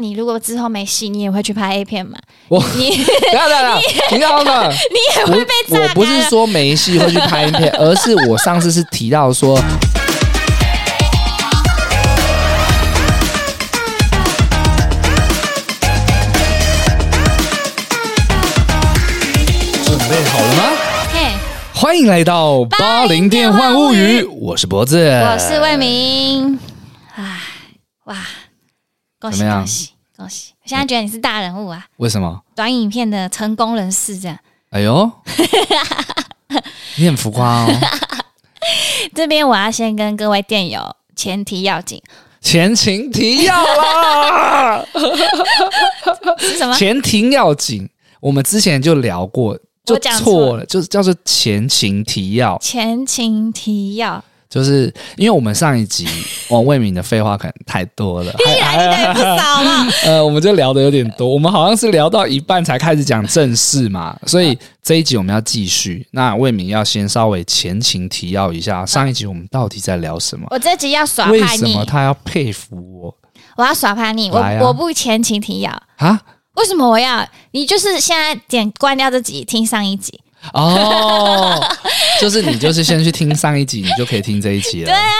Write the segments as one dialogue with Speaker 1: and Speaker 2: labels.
Speaker 1: 你如果之后没戏，你也会去拍 A 片嘛？
Speaker 2: 我
Speaker 1: 你
Speaker 2: 等一下等一下，你 让呢？
Speaker 1: 你也
Speaker 2: 不
Speaker 1: 会被榨干
Speaker 2: 我
Speaker 1: 啊。
Speaker 2: 不是说没戏会去拍 片，而是我上次是提到说，准备好了吗？
Speaker 1: 嘿，
Speaker 2: 欢迎来到八零电幻物语，我是脖子，
Speaker 1: 我是魏明。啊，哇，恭喜
Speaker 2: 呃怎么样
Speaker 1: 恭喜恭喜！我现在觉得你是大人物啊，
Speaker 2: 为什么？
Speaker 1: 短影片的成功人士这样。
Speaker 2: 哎 呦，你很浮夸哦。
Speaker 1: 这边我要先跟各位电友前提要紧
Speaker 2: 前情提要啊啦，
Speaker 1: 是什么？
Speaker 2: 前情要紧。我们之前就聊过，就
Speaker 1: 我讲
Speaker 2: 错了，就是叫做前情提要，
Speaker 1: 前情提 要。
Speaker 2: 就是因为我们上一集王卫民的废话可能太多了，还
Speaker 1: 哎你的也不少了，
Speaker 2: 呃，我们就聊的有点多，我们好像是聊到一半才开始讲正事嘛，所以这一集我们要继续。那卫民要先稍微前情提要一下，上一集我们到底在聊什么？
Speaker 1: 我这集要耍
Speaker 2: 为
Speaker 1: 叛
Speaker 2: 什
Speaker 1: 逆
Speaker 2: 么，他要佩服我
Speaker 1: 我要耍叛逆，我、
Speaker 2: 来啊
Speaker 1: 我不前情提要，
Speaker 2: 啊？
Speaker 1: 为什么我要？你就是现在点关掉这集，听上一集。
Speaker 2: 哦，就是你就是先去听上一集，你就可以听这一集了。对啊，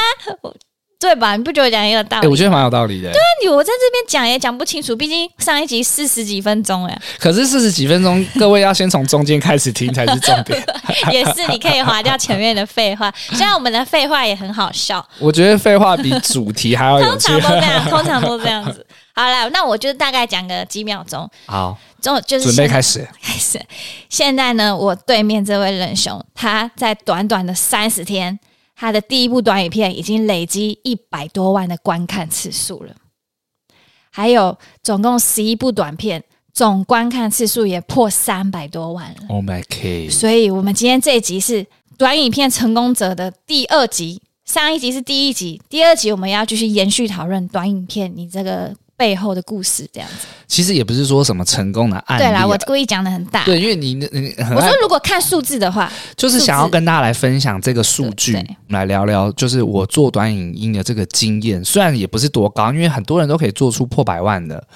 Speaker 1: 对吧？你不觉得我讲也有道
Speaker 2: 哎、
Speaker 1: 理？
Speaker 2: 我觉得蛮有道理的。对，
Speaker 1: 那你我在这边讲也讲不清楚，毕竟上一集四十几分钟 哎，
Speaker 2: 可是四十几分钟，各位要先从中间开始听才是重 点。
Speaker 1: 也是你可以划掉前面的废话。虽然我们的废话也很好笑，
Speaker 2: 我觉得废话比主题还 要有
Speaker 1: 通
Speaker 2: 趣
Speaker 1: 常。都这样，通常都这样子。好了，那我就大概讲个几秒钟，
Speaker 2: 好，
Speaker 1: 就就是
Speaker 2: 准备
Speaker 1: 现在
Speaker 2: 开始。
Speaker 1: 开始。现在呢，我对面这位仁兄，他在短短的三十天，他的第一部短影片已经累积一百多万的观看次数了，还有总共十一部短片，总观看次数也破三百多万了。
Speaker 2: Oh my god！
Speaker 1: 所以，我们今天这一集是短影片成功者的第二集，上一集是第一集，第二集我们要继续延续讨论短影片你这个背后的故事，这样子。
Speaker 2: 其实也不是说什么成功的案例
Speaker 1: 对
Speaker 2: 啊、
Speaker 1: 啦，我故意讲的很大。
Speaker 2: 对，因为你你很
Speaker 1: 我
Speaker 2: 爱
Speaker 1: 说，如果看数字的话，
Speaker 2: 就是想要跟大家来分享这个数据
Speaker 1: 对对，
Speaker 2: 来聊聊就是我做短影音的这个经验。虽然也不是多高，因为很多人都可以做出破百万的，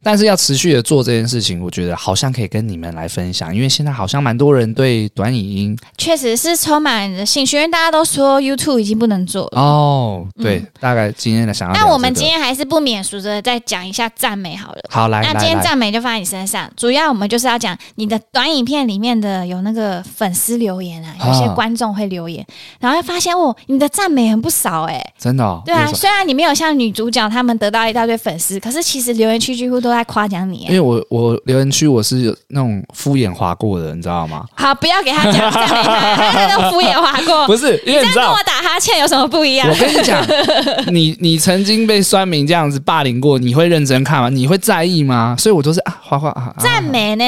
Speaker 2: 但是要持续的做这件事情，我觉得好像可以跟你们来分享，因为现在好像蛮多人对短影音
Speaker 1: 确实是充满了兴趣，因为大家都说 YouTube 已经不能做了。
Speaker 2: 哦，啊对，大概今天的想要聊这
Speaker 1: 但嗯
Speaker 2: 个。
Speaker 1: 我们今天还是不免俗的再讲一下赞美好了。
Speaker 2: 好来
Speaker 1: 那
Speaker 2: 来
Speaker 1: 今天
Speaker 2: 来，
Speaker 1: 赞美就放在你身上，主要我们就是要讲你的短影片里面的有那个粉丝留言啊，有些
Speaker 2: 啊
Speaker 1: 观众会留言，然后会发现哦，你的赞美很不少哎、
Speaker 2: 真的、哦，
Speaker 1: 对啊，
Speaker 2: 就是
Speaker 1: 虽然你没有像女主角她们得到一大堆粉丝，可是其实留言区几乎都在夸奖你、
Speaker 2: 因
Speaker 1: 欸。
Speaker 2: 为我我留言区我是有那种敷衍划过的，你知道吗？
Speaker 1: 好，不要给她讲赞美她，她都敷衍划过。
Speaker 2: 哦不是，因
Speaker 1: 这
Speaker 2: 为你
Speaker 1: 样
Speaker 2: 知
Speaker 1: 跟
Speaker 2: 道
Speaker 1: 我，打哈欠有什么不一样
Speaker 2: 我？跟你讲， 你你曾经被酸民这样子霸凌过，你会认真看吗？你会在意吗？所以我都是啊，划划啊，啊
Speaker 1: 赞美呢？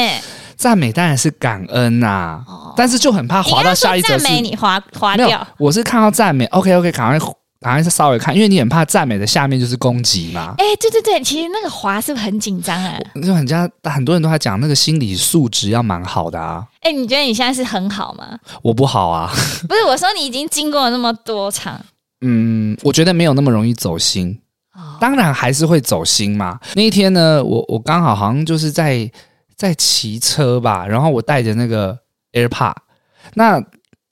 Speaker 2: 赞美当然是感恩呐、
Speaker 1: 哦
Speaker 2: 但是就很怕
Speaker 1: 你
Speaker 2: 啊滑
Speaker 1: 刚
Speaker 2: 到
Speaker 1: 刚
Speaker 2: 下
Speaker 1: 说
Speaker 2: 一则
Speaker 1: 赞
Speaker 2: 是
Speaker 1: 美，你划划
Speaker 2: 没有
Speaker 1: 掉，，
Speaker 2: 我是看到赞美，OK OK，赶快赶快稍微看，因为你很怕赞美的下面就是攻击嘛。
Speaker 1: 哎、对对对，其实那个滑是不是很紧张啊？
Speaker 2: 就很家很多人都在讲那个心理素质要蛮好的啊，
Speaker 1: 哎、你觉得你现在是很好吗？
Speaker 2: 我不好啊，
Speaker 1: 不是，我说你已经经过了那么多场，
Speaker 2: 嗯，我觉得没有那么容易走心。
Speaker 1: 哦，
Speaker 2: 当然还是会走心嘛。那一天呢，我我刚好好像就是在在骑车吧，然后我带着那个 AirPod。那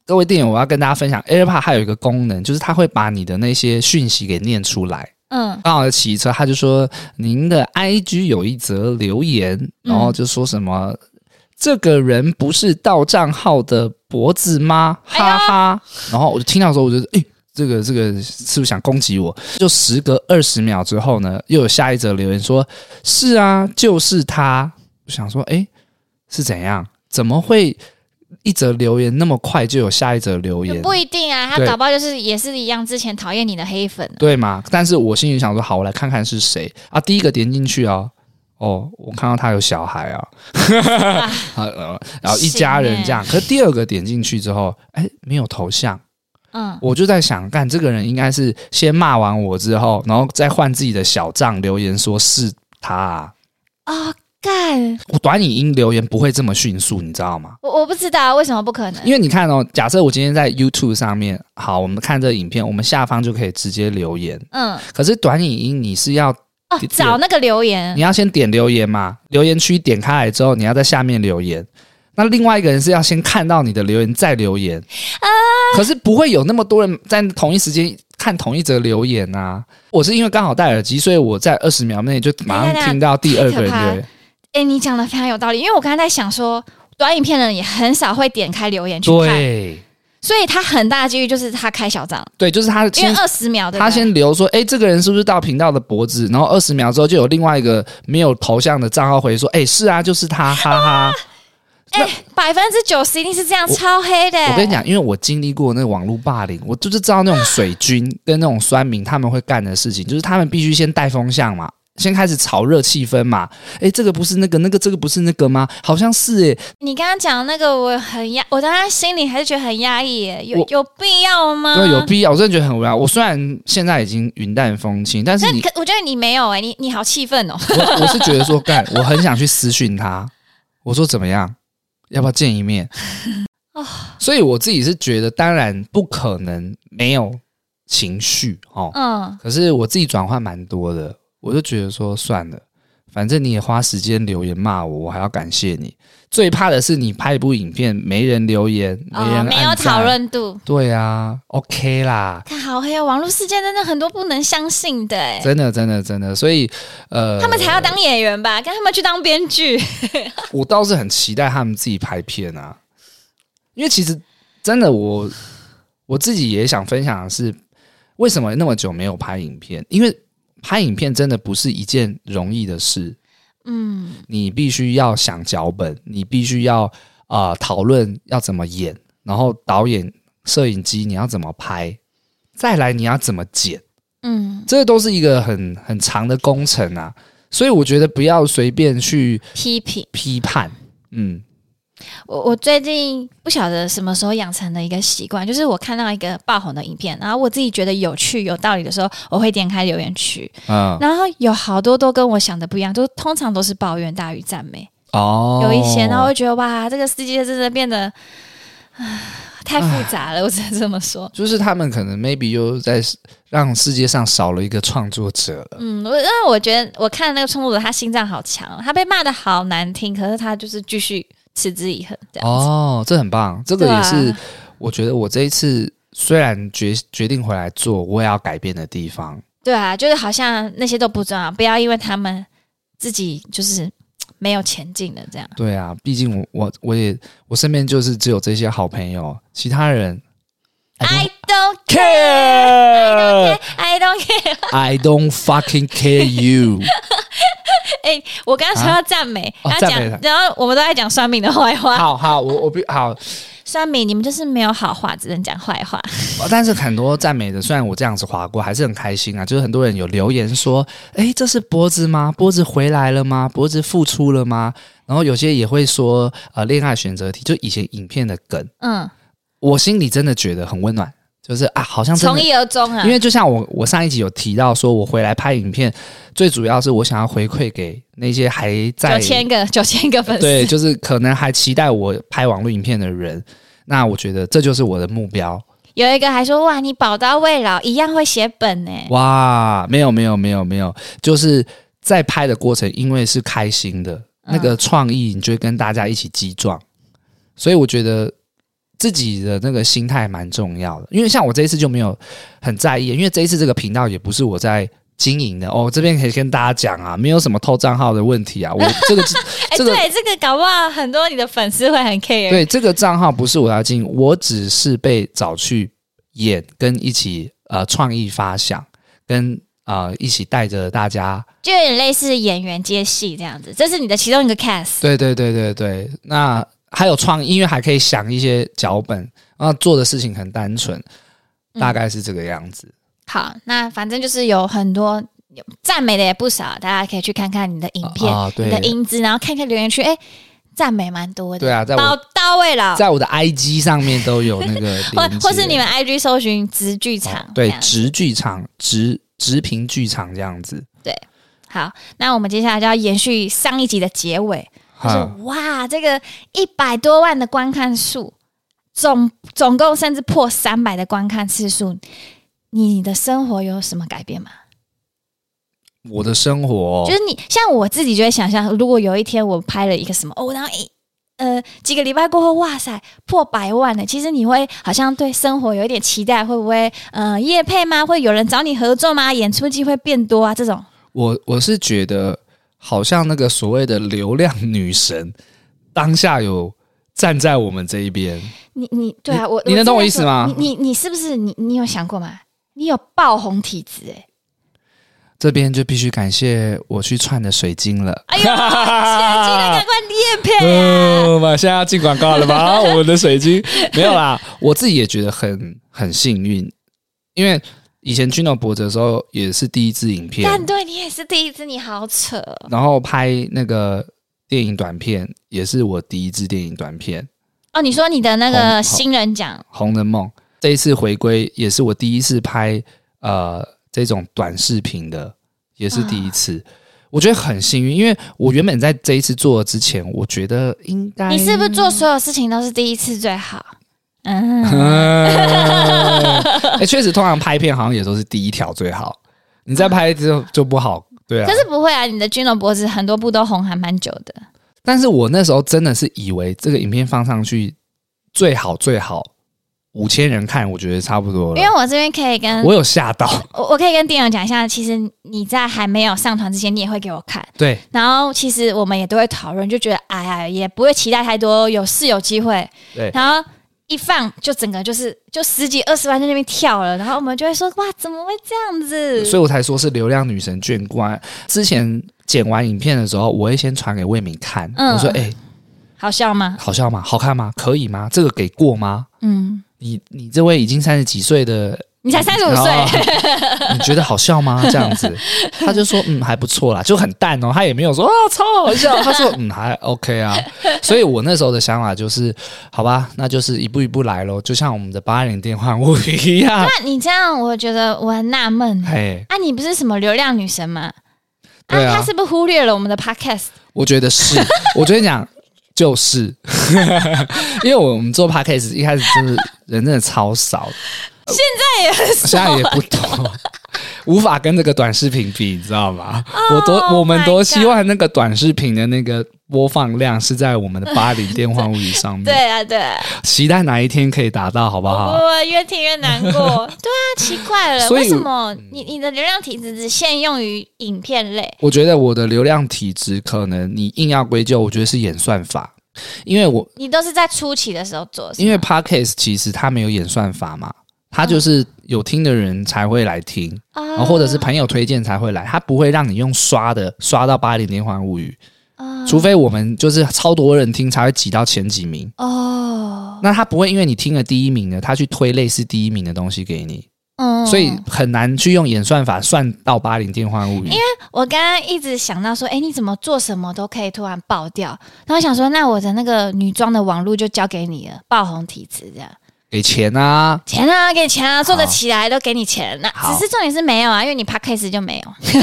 Speaker 2: 各位电友，我要跟大家分享，AirPod 还有一个功能，就是它会把你的那些讯息给念出来。
Speaker 1: 嗯，
Speaker 2: 刚好在骑车，他就说您的 IG 有一则留言，
Speaker 1: 嗯
Speaker 2: 然后就说什么。这个人不是盗账号的脖子吗？
Speaker 1: 哎
Speaker 2: 哈哈！然后我就听到的时候，我就诶、这个这个是不是想攻击我？就时隔二十秒之后呢，又有下一则留言说：“是啊，就是他。”我想说，诶、是怎样？怎么会一则留言那么快就有下一则留言？
Speaker 1: 不一定啊，他
Speaker 2: 对
Speaker 1: 搞不好就是也是一样，之前讨厌你的黑粉啊、
Speaker 2: 对嘛？但是我心里想说，好，我来看看是谁啊。第一个点进去哦，哦，我看到他有小孩啊，啊 呃然后一家人这样。可是第二个点进去之后，哎，没有头像，
Speaker 1: 嗯，
Speaker 2: 我就在想，干这个人应该是先骂完我之后，然后再换自己的小账留言说是他、啊。
Speaker 1: 哦，干，
Speaker 2: 我短语音留言不会这么迅速，你知道吗？
Speaker 1: 我我不知道为什么不可能，
Speaker 2: 因为你看哦，假设我今天在 YouTube 上面，好，我们看这个影片，我们下方就可以直接留言。
Speaker 1: 嗯，
Speaker 2: 可是短影音你是要
Speaker 1: 哦，
Speaker 2: 点
Speaker 1: 找那个留言
Speaker 2: 你要先点留言嘛，留言区点开来之后，你要在下面留言。那另外一个人是要先看到你的留言再留言，
Speaker 1: 啊
Speaker 2: 可是不会有那么多人在同一时间看同一则留言啊。我是因为刚好戴耳机，所以我在二十秒内就马
Speaker 1: 等一
Speaker 2: 上
Speaker 1: 下
Speaker 2: 听到第二个
Speaker 1: 太可
Speaker 2: 人
Speaker 1: 怕
Speaker 2: 留言。
Speaker 1: 哎、你讲的非常有道理，因为我刚才在想说，短影片的人也很少会点开留言去看，
Speaker 2: 对
Speaker 1: 所以他很大的几率就是他开小账，
Speaker 2: 对，就是他
Speaker 1: 因
Speaker 2: 先
Speaker 1: 为二十秒的
Speaker 2: 他先留说，哎、这个人是不是到频道的脖子？然后二十秒之后就有另外一个没有头像的账号回说，哎、是啊，就是他，哈哈。
Speaker 1: 百分之九十一定是这样，
Speaker 2: 我
Speaker 1: 超黑的、
Speaker 2: 我跟你，讲，因为我经历过那个网络霸凌，我就是知道那种水军跟那种酸民他们会干的事情，就是他们必须先带风向嘛。先开始炒热气氛嘛？哎，这个不是那个，那个这个不是那个吗？好像是哎，
Speaker 1: 你刚刚讲那个我很压，我当时心里还是觉得很压抑耶，有
Speaker 2: 我
Speaker 1: 有必要吗？
Speaker 2: 对，有必要？我真的觉得很无聊。我虽然现在已经云淡风轻，但是
Speaker 1: 那
Speaker 2: 你
Speaker 1: 你，可我觉得你没有哎、你你好气愤哦，
Speaker 2: 我我是觉得说，干，我很想去私讯他，我说怎么样，要不要见一面？
Speaker 1: 哦
Speaker 2: 所以我自己是觉得，当然不可能没有情绪哦，
Speaker 1: 嗯，
Speaker 2: 可是我自己转换蛮多的，我就觉得说算了，反正你也花时间留言骂我，我还要感谢你。最怕的是你拍一部影片没人留言，没人、
Speaker 1: 哦，没有讨，论度，
Speaker 2: 对啊，OK 啦，
Speaker 1: 看好黑哦，网络世界真的很多不能相信的哎、
Speaker 2: 真的真的真的，所以呃，
Speaker 1: 他们才要当演员吧？跟他们去当编剧，
Speaker 2: 我倒是很期待他们自己拍片啊，因为其实真的我我自己也想分享的是，为什么那么久没有拍影片？因为拍影片真的不是一件容易的事，
Speaker 1: 嗯，
Speaker 2: 你必须要想脚本，你必须要啊讨论要怎么演，然后导演、摄影机你要怎么拍，再来你要怎么剪。
Speaker 1: 嗯，
Speaker 2: 这都是一个很很长的工程啊，所以我觉得不要随便去
Speaker 1: 批评
Speaker 2: 批判，嗯，
Speaker 1: 我，我最近不晓得什么时候养成的一个习惯，就是我看到一个爆红的影片，然后我自己觉得有趣、有道理的时候，我会点开留言区，
Speaker 2: 嗯
Speaker 1: 然后有好多都跟我想的不一样，就通常都是抱怨大于赞美，
Speaker 2: 哦，
Speaker 1: 有一些，然后我会觉得哇，这个世界真的变得。唉太复杂了，我只能这么说。
Speaker 2: 就是他们可能 maybe 又在让世界上少了一个创作者了，
Speaker 1: 嗯，我因为我觉得我看那个冲突者，他心脏好强，他被骂的好难听，可是他就是继续持之以恒这样子。
Speaker 2: 哦，这很棒，这个
Speaker 1: 对啊
Speaker 2: 也是我觉得我这一次虽然决决定回来做，我也要改变的地方，
Speaker 1: 对啊，就是好像那些都不重要，不要因为他们自己就是嘖没有前进的这样。
Speaker 2: 对啊，毕竟我我我也我身边就是只有这些好朋友，其他人哎
Speaker 1: I don't
Speaker 2: care
Speaker 1: I don't care。
Speaker 2: I don't fucking care you，
Speaker 1: 哎我刚刚说到赞美，
Speaker 2: 哦
Speaker 1: 然后
Speaker 2: 赞美
Speaker 1: 讲
Speaker 2: 他，
Speaker 1: 然后我们都在讲酸敏的坏话。
Speaker 2: 好好我我不好，
Speaker 1: 酸敏，你们就是没有好话，只能讲坏话。
Speaker 2: 但是很多赞美的，虽然我这样子划过，还是很开心啊。就是很多人有留言说：“诶，这是脖子吗？脖子回来了吗？脖子复出了吗？”然后有些也会说：“呃，恋爱选择题，就以前影片的梗。
Speaker 1: 嗯，”我
Speaker 2: 我心里真的觉得很温暖，就是啊，好像真
Speaker 1: 从
Speaker 2: 的。
Speaker 1: 一而终啊。
Speaker 2: 因为就像我，我上一集有提到说，我回来拍影片，最主要是我想要回馈给那些还在
Speaker 1: 九千个 九千个粉丝，
Speaker 2: 对，就是可能还期待我拍网络影片的人。那我觉得这就是我的目标。
Speaker 1: 有一个还说哇，你宝刀未老，一样会写本呢、
Speaker 2: 哇，没有没有没有没有，就是在拍的过程，因为是开心的，
Speaker 1: 嗯
Speaker 2: 那个创意你就会跟大家一起击撞，所以我觉得自己的那个心态蛮重要的。因为像我这一次就没有很在意，因为这一次这个频道也不是我在。经营的哦，这边可以跟大家讲啊，没有什么偷账号的问题啊。我这个
Speaker 1: 哎、
Speaker 2: 这个
Speaker 1: 对，这个搞不好很多你的粉丝会很 care。
Speaker 2: 对这个账号不是我要经营，我只是被找去演，跟一起呃创意发想，跟啊一起带着大家
Speaker 1: 就有点类似演员接戏这样子，这是你的其中一个 cast。
Speaker 2: 对对对对对，那还有创意，因为还可以想一些脚本，那做的事情很单纯，大概是这个样子。
Speaker 1: 好，那反正就是有很多有赞美的也不少，大家可以去看看你的影片、
Speaker 2: 啊，
Speaker 1: 你的
Speaker 2: 对
Speaker 1: 音质，然后看看留言区，哎、赞美蛮多的，
Speaker 2: 对啊，在
Speaker 1: 宝
Speaker 2: 我
Speaker 1: 刀未老，
Speaker 2: 在我的 IG 上面都有那个
Speaker 1: 或
Speaker 2: 连
Speaker 1: 或是
Speaker 2: 接
Speaker 1: 你们 IG 搜寻直剧场、
Speaker 2: 哦对
Speaker 1: 这样子
Speaker 2: 直剧场直直评剧场这样子，
Speaker 1: 好，那我们接下来就要延续上一集的结尾，就是
Speaker 2: 哈，
Speaker 1: 哇，这个一百多万的观看数，总总共甚至破三百的观看次数，你的生活有什么改变吗？
Speaker 2: 我的生活哦
Speaker 1: 就，是你像我自己就会想象，如果有一天我拍了一个什么哦，然后诶。呃，几个礼拜过后，哇塞，破百万了！其实你会好像对生活有一点期待，会不会呃，业配吗？会有人找你合作吗？演出机会变多啊？这种
Speaker 2: 我我是觉得好像那个所谓的流量女神，当下有站在我们这一边，
Speaker 1: 你你对啊，我
Speaker 2: 你
Speaker 1: 真
Speaker 2: 能
Speaker 1: 的
Speaker 2: 懂我意
Speaker 1: 说
Speaker 2: 思吗
Speaker 1: 你你你是不是你你有想过吗？你有爆红体质哎、
Speaker 2: 这边就必须感谢我去串的水晶了。
Speaker 1: 哎呦，现 在记得赶快练配啊！
Speaker 2: 嗯，马上要进广告了吧？我们的水晶没有啦，我自己也觉得很很幸运，因为以前去那博泽的时候也是第一支影片，
Speaker 1: 但对你也是第一次，你好扯哦。
Speaker 2: 然后拍那个电影短片也是我第一支电影短片
Speaker 1: 哦，你说你的那
Speaker 2: 红
Speaker 1: 个
Speaker 2: 好
Speaker 1: 新人奖
Speaker 2: 《红人梦》，这一次回归也是我第一次拍呃这种短视频的，也是
Speaker 1: 啊
Speaker 2: 第一次。我觉得很幸运，因为我原本在这一次做之前，我觉得应该
Speaker 1: 你是不是做所有事情都是第一次最好？嗯，
Speaker 2: 嗯，哎、确实，通常拍片好像也都是第一条最好，你再拍就就不好，对啊
Speaker 1: 嗯可。是不会啊，你的军龙脖子很多部都红还蛮久 的。
Speaker 2: 但是我那时候真的是以为这个影片放上去最好最好五千人看，我觉得差不多
Speaker 1: 因
Speaker 2: 了
Speaker 1: 为。我这边可以跟
Speaker 2: 我有吓到，
Speaker 1: 我我可以跟店友讲一下，其实你在还没有上传之前，你也会给我看。
Speaker 2: 对，
Speaker 1: 然后其实我们也都会讨论，就觉得哎呀，也不会期待太多，有是有机会。
Speaker 2: 对
Speaker 1: 然后一放就整个就是就十几二十万在那边跳了，然后我们就会说哇，怎么会这样子？
Speaker 2: 所以我才说是流量女神眷顾啊。之前剪完影片的时候，我会先传给魏敏看，
Speaker 1: 嗯
Speaker 2: 我说：“哎、
Speaker 1: 好笑吗？
Speaker 2: 好笑吗？好看吗？可以吗？这个给过吗？
Speaker 1: 嗯，
Speaker 2: 你你这位已经三十几岁的
Speaker 1: 你才三十五岁，
Speaker 2: 哦你觉得好笑吗？这样 子，他就说嗯还不错啦，就很淡哦，他也没有说啊超好笑，他说嗯还 OK 啊，所以我那时候的想法就是，好吧，那就是一步一步来咯，就像我们的八零电话物语一样，
Speaker 1: 那 你这样，我觉得我很纳闷。
Speaker 2: 嘿，
Speaker 1: 啊，你不是什么流量女神吗？
Speaker 2: 对啊
Speaker 1: 他是不是忽略了我们的 podcast？
Speaker 2: 我觉得是，我昨天讲。就是， 因为我们做 podcast 一开始就是人真的超少，现在也不多，无法跟这个短视频比，你知道吗？我多我们
Speaker 1: my
Speaker 2: 多希望那个短视频的那个播放量是在我们的八零电话物语上面，
Speaker 1: 对啊，哦对啊，
Speaker 2: 期待哪一天可以达到，好不好？
Speaker 1: 我越听越难过。对啊，奇怪了，
Speaker 2: 啊所以嗯
Speaker 1: 为什么你你的流量体质只限用于影片类？
Speaker 2: 我觉得我的流量体质可能你硬要归咎，我觉得是演算法，因为我
Speaker 1: 你都是在初期的时候做，是吗
Speaker 2: 因为 podcast 其实它没有演算法嘛，它就是有听的人才会来听，然
Speaker 1: 啊
Speaker 2: 后或者是朋友推荐才会来，它不会让你用刷的刷到八零电话物语。
Speaker 1: 啊
Speaker 2: 除非我们就是超多人听才会挤到前几名。
Speaker 1: 哦，
Speaker 2: 那他不会因为你听了第一名的，他去推类似第一名的东西给你，
Speaker 1: 嗯
Speaker 2: 所以很难去用演算法算到八零电话物语。因为
Speaker 1: 我刚刚一直想到说，哎，你怎么做什么都可以突然爆掉？然后想说，那我的那个女装的网路就交给你了，爆红体质这样。
Speaker 2: 给钱啊，
Speaker 1: 钱啊，给你钱啊，做得起来都给你钱、那
Speaker 2: 好
Speaker 1: 只是重点是没有啊，因为你 podcast 就 没有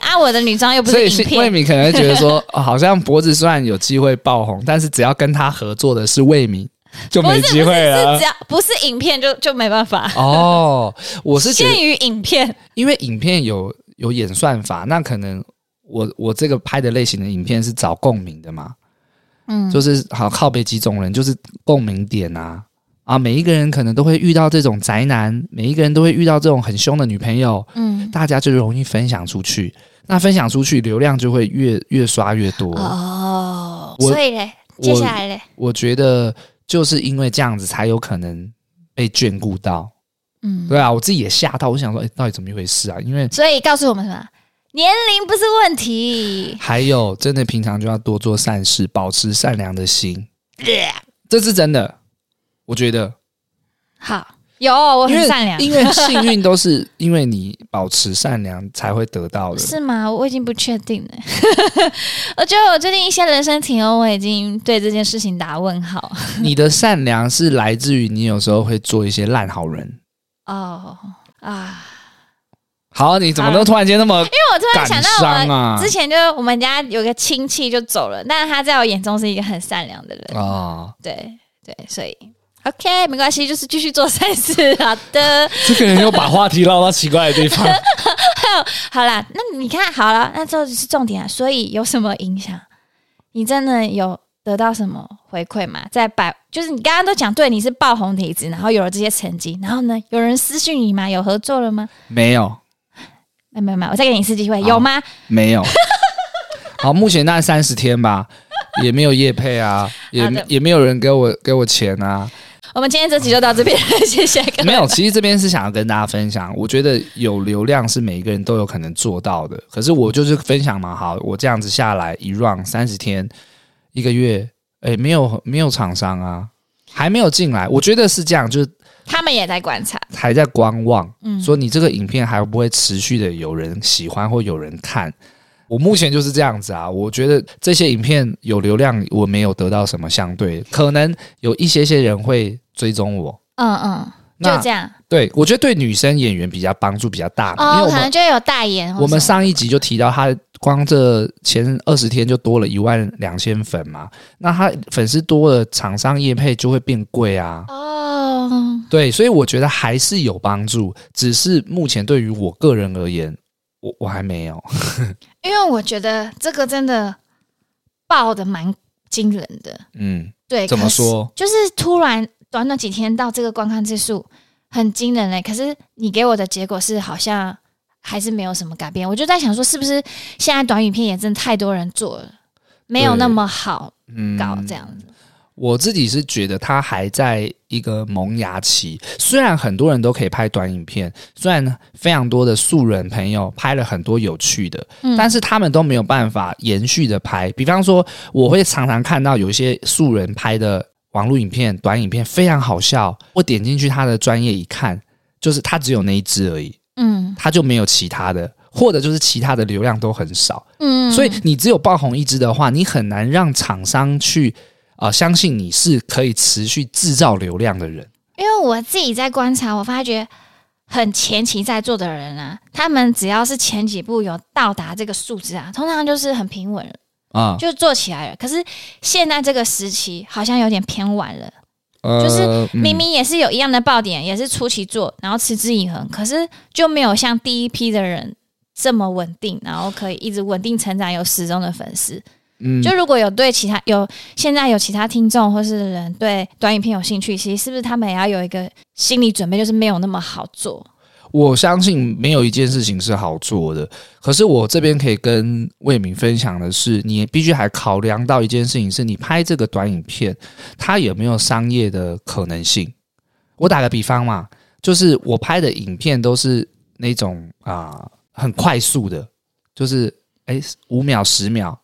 Speaker 1: 啊。我的女装又不
Speaker 2: 所
Speaker 1: 是
Speaker 2: 以
Speaker 1: 影
Speaker 2: 是魏
Speaker 1: 片，
Speaker 2: 敏可能会觉 得说，哦好像脖子虽然有机会爆红，但是只要跟他合作的是魏敏，就没机会啊
Speaker 1: 是
Speaker 2: 了
Speaker 1: 只。要不是影片就就没办法，
Speaker 2: 哦，我是觉得
Speaker 1: 限于影片。
Speaker 2: 因为影片有有演算法，那可能我我这个拍的类型的影片是找共鸣的嘛，
Speaker 1: 嗯
Speaker 2: 就是好靠北几种人，就是共鸣点啊啊，每一个人可能都会遇到这种宅男，每一个人都会遇到这种很凶的女朋友，
Speaker 1: 嗯，
Speaker 2: 大家就容易分享出去，那分享出去流量就会越越刷越多。
Speaker 1: 哦，
Speaker 2: 我
Speaker 1: 所以嘞，
Speaker 2: 我
Speaker 1: 接下来嘞，
Speaker 2: 我觉得就是因为这样子才有可能被眷顾到，
Speaker 1: 嗯，
Speaker 2: 对啊，我自己也吓到，我想说，哎、到底怎么一回事啊？因为
Speaker 1: 所以告诉我们什么？年龄不是问题。
Speaker 2: 还有，真的平常就要多做善事，保持善良的心，这是真的。我觉得，
Speaker 1: 好，有我
Speaker 2: 因
Speaker 1: 很
Speaker 2: 为
Speaker 1: 善良，
Speaker 2: 因为幸运都是因为你保持善良才会得到的。
Speaker 1: 是吗？我已经不确定了。 我觉得我最近一些人生体哦验，我已经对这件事情打问号。
Speaker 2: 你的善良是来自于你有时候会做一些烂好人。
Speaker 1: 哦啊！
Speaker 2: 好，你怎么都突然间那么
Speaker 1: 因为我突然
Speaker 2: 感
Speaker 1: 想
Speaker 2: 伤
Speaker 1: 到，
Speaker 2: 啊
Speaker 1: 我之前就是我们家有个亲戚就走了，但是他在我眼中是一个很善良的人，
Speaker 2: 啊？
Speaker 1: 对对，所以 OK，没关系，就是继续做善事。好的，
Speaker 2: 这个人又把话题绕到奇怪的地方。
Speaker 1: 好啦，那你看好了，那这就是重点啊。所以有什么影响？你真的有得到什么回馈吗？在百就是你刚刚都讲，对你是爆红体质，然后有了这些成绩，然后呢，有人私讯你吗？有合作了吗？
Speaker 2: 没有，
Speaker 1: 没有没有没有，我再给你一次机会，
Speaker 2: 好
Speaker 1: 有吗？
Speaker 2: 没有。 好，目前大概三十天吧，也没有业配啊，也
Speaker 1: 好的
Speaker 2: 也没有人给我给我钱 啊。
Speaker 1: 我们今天这集就到这边， 谢谢各位。
Speaker 2: 没有，其实这边是想要跟大家分享，我觉得有流量是每一个人都有可能做到的。可是我就是分享嘛，好，我这样子下来一 round 三十天，一个月，哎，没有没有厂商啊，还没有进来，我觉得是这样，就是
Speaker 1: 他们也在观察，
Speaker 2: 还在观望，
Speaker 1: 嗯
Speaker 2: 说你这个影片还不会持续的有人喜欢或有人看。我目前就是这样子啊，我觉得这些影片有流量，我没有得到什么相对，可能有一些些人会追踪我。
Speaker 1: 嗯嗯，
Speaker 2: 那
Speaker 1: 就这样。
Speaker 2: 对，我觉得对女生演员比较帮助比较大嘛，因
Speaker 1: 哦，
Speaker 2: 为我
Speaker 1: 可能
Speaker 2: 们
Speaker 1: 就有代言或什么。
Speaker 2: 我们上一集就提到，她光这前二十天就多了一万两千粉嘛，那她粉丝多了，厂商业配就会变贵啊。
Speaker 1: 哦，
Speaker 2: 对，所以我觉得还是有帮助，只是目前对于我个人而言，我我还没有。
Speaker 1: 因为我觉得这个真的爆的蛮惊人的。
Speaker 2: 嗯，
Speaker 1: 对，
Speaker 2: 怎么
Speaker 1: 可是
Speaker 2: 说？
Speaker 1: 就是突然短短几天到这个观看次数很惊人嘞、欸可是你给我的结果是好像还是没有什么改变。我就在想说，是不是现在短影片也真的太多人做了，没有那么好
Speaker 2: 嗯，
Speaker 1: 搞这样子。
Speaker 2: 我自己是觉得它还在一个萌芽期，虽然很多人都可以拍短影片，虽然非常多的素人朋友拍了很多有趣的，
Speaker 1: 嗯
Speaker 2: 但是他们都没有办法延续的拍。比方说，我会常常看到有一些素人拍的网络影片、短影片非常好笑，我点进去他的专业一看，就是他只有那一支而已，
Speaker 1: 嗯
Speaker 2: 他就没有其他的，或者就是其他的流量都很少。
Speaker 1: 嗯，
Speaker 2: 所以你只有爆红一支的话，你很难让厂商去啊、呃相信你是可以持续制造流量的人。
Speaker 1: 因为我自己在观察，我发觉很前期在做的人啊，他们只要是前几步有到达这个数字啊，通常就是很平稳了，
Speaker 2: 啊，
Speaker 1: 就做起来了。可是现在这个时期好像有点偏晚了。
Speaker 2: 呃
Speaker 1: 就是
Speaker 2: 嗯
Speaker 1: 明明也是有一样的爆点，也是初期做，然后持之以恒，可是就没有像第一批的人这么稳定，然后可以一直稳定成长，有始终的粉丝。
Speaker 2: 嗯
Speaker 1: 就如果有对其他有现在有其他听众或是人对短影片有兴趣，其实是不是他们也要有一个心理准备，就是没有那么好做？
Speaker 2: 我相信没有一件事情是好做的。可是我这边可以跟魏敏分享的是，你必须还考量到一件事情，是你拍这个短影片，它有没有商业的可能性。我打个比方嘛，就是我拍的影片都是那种啊、很快速的，就是哎五秒、十秒，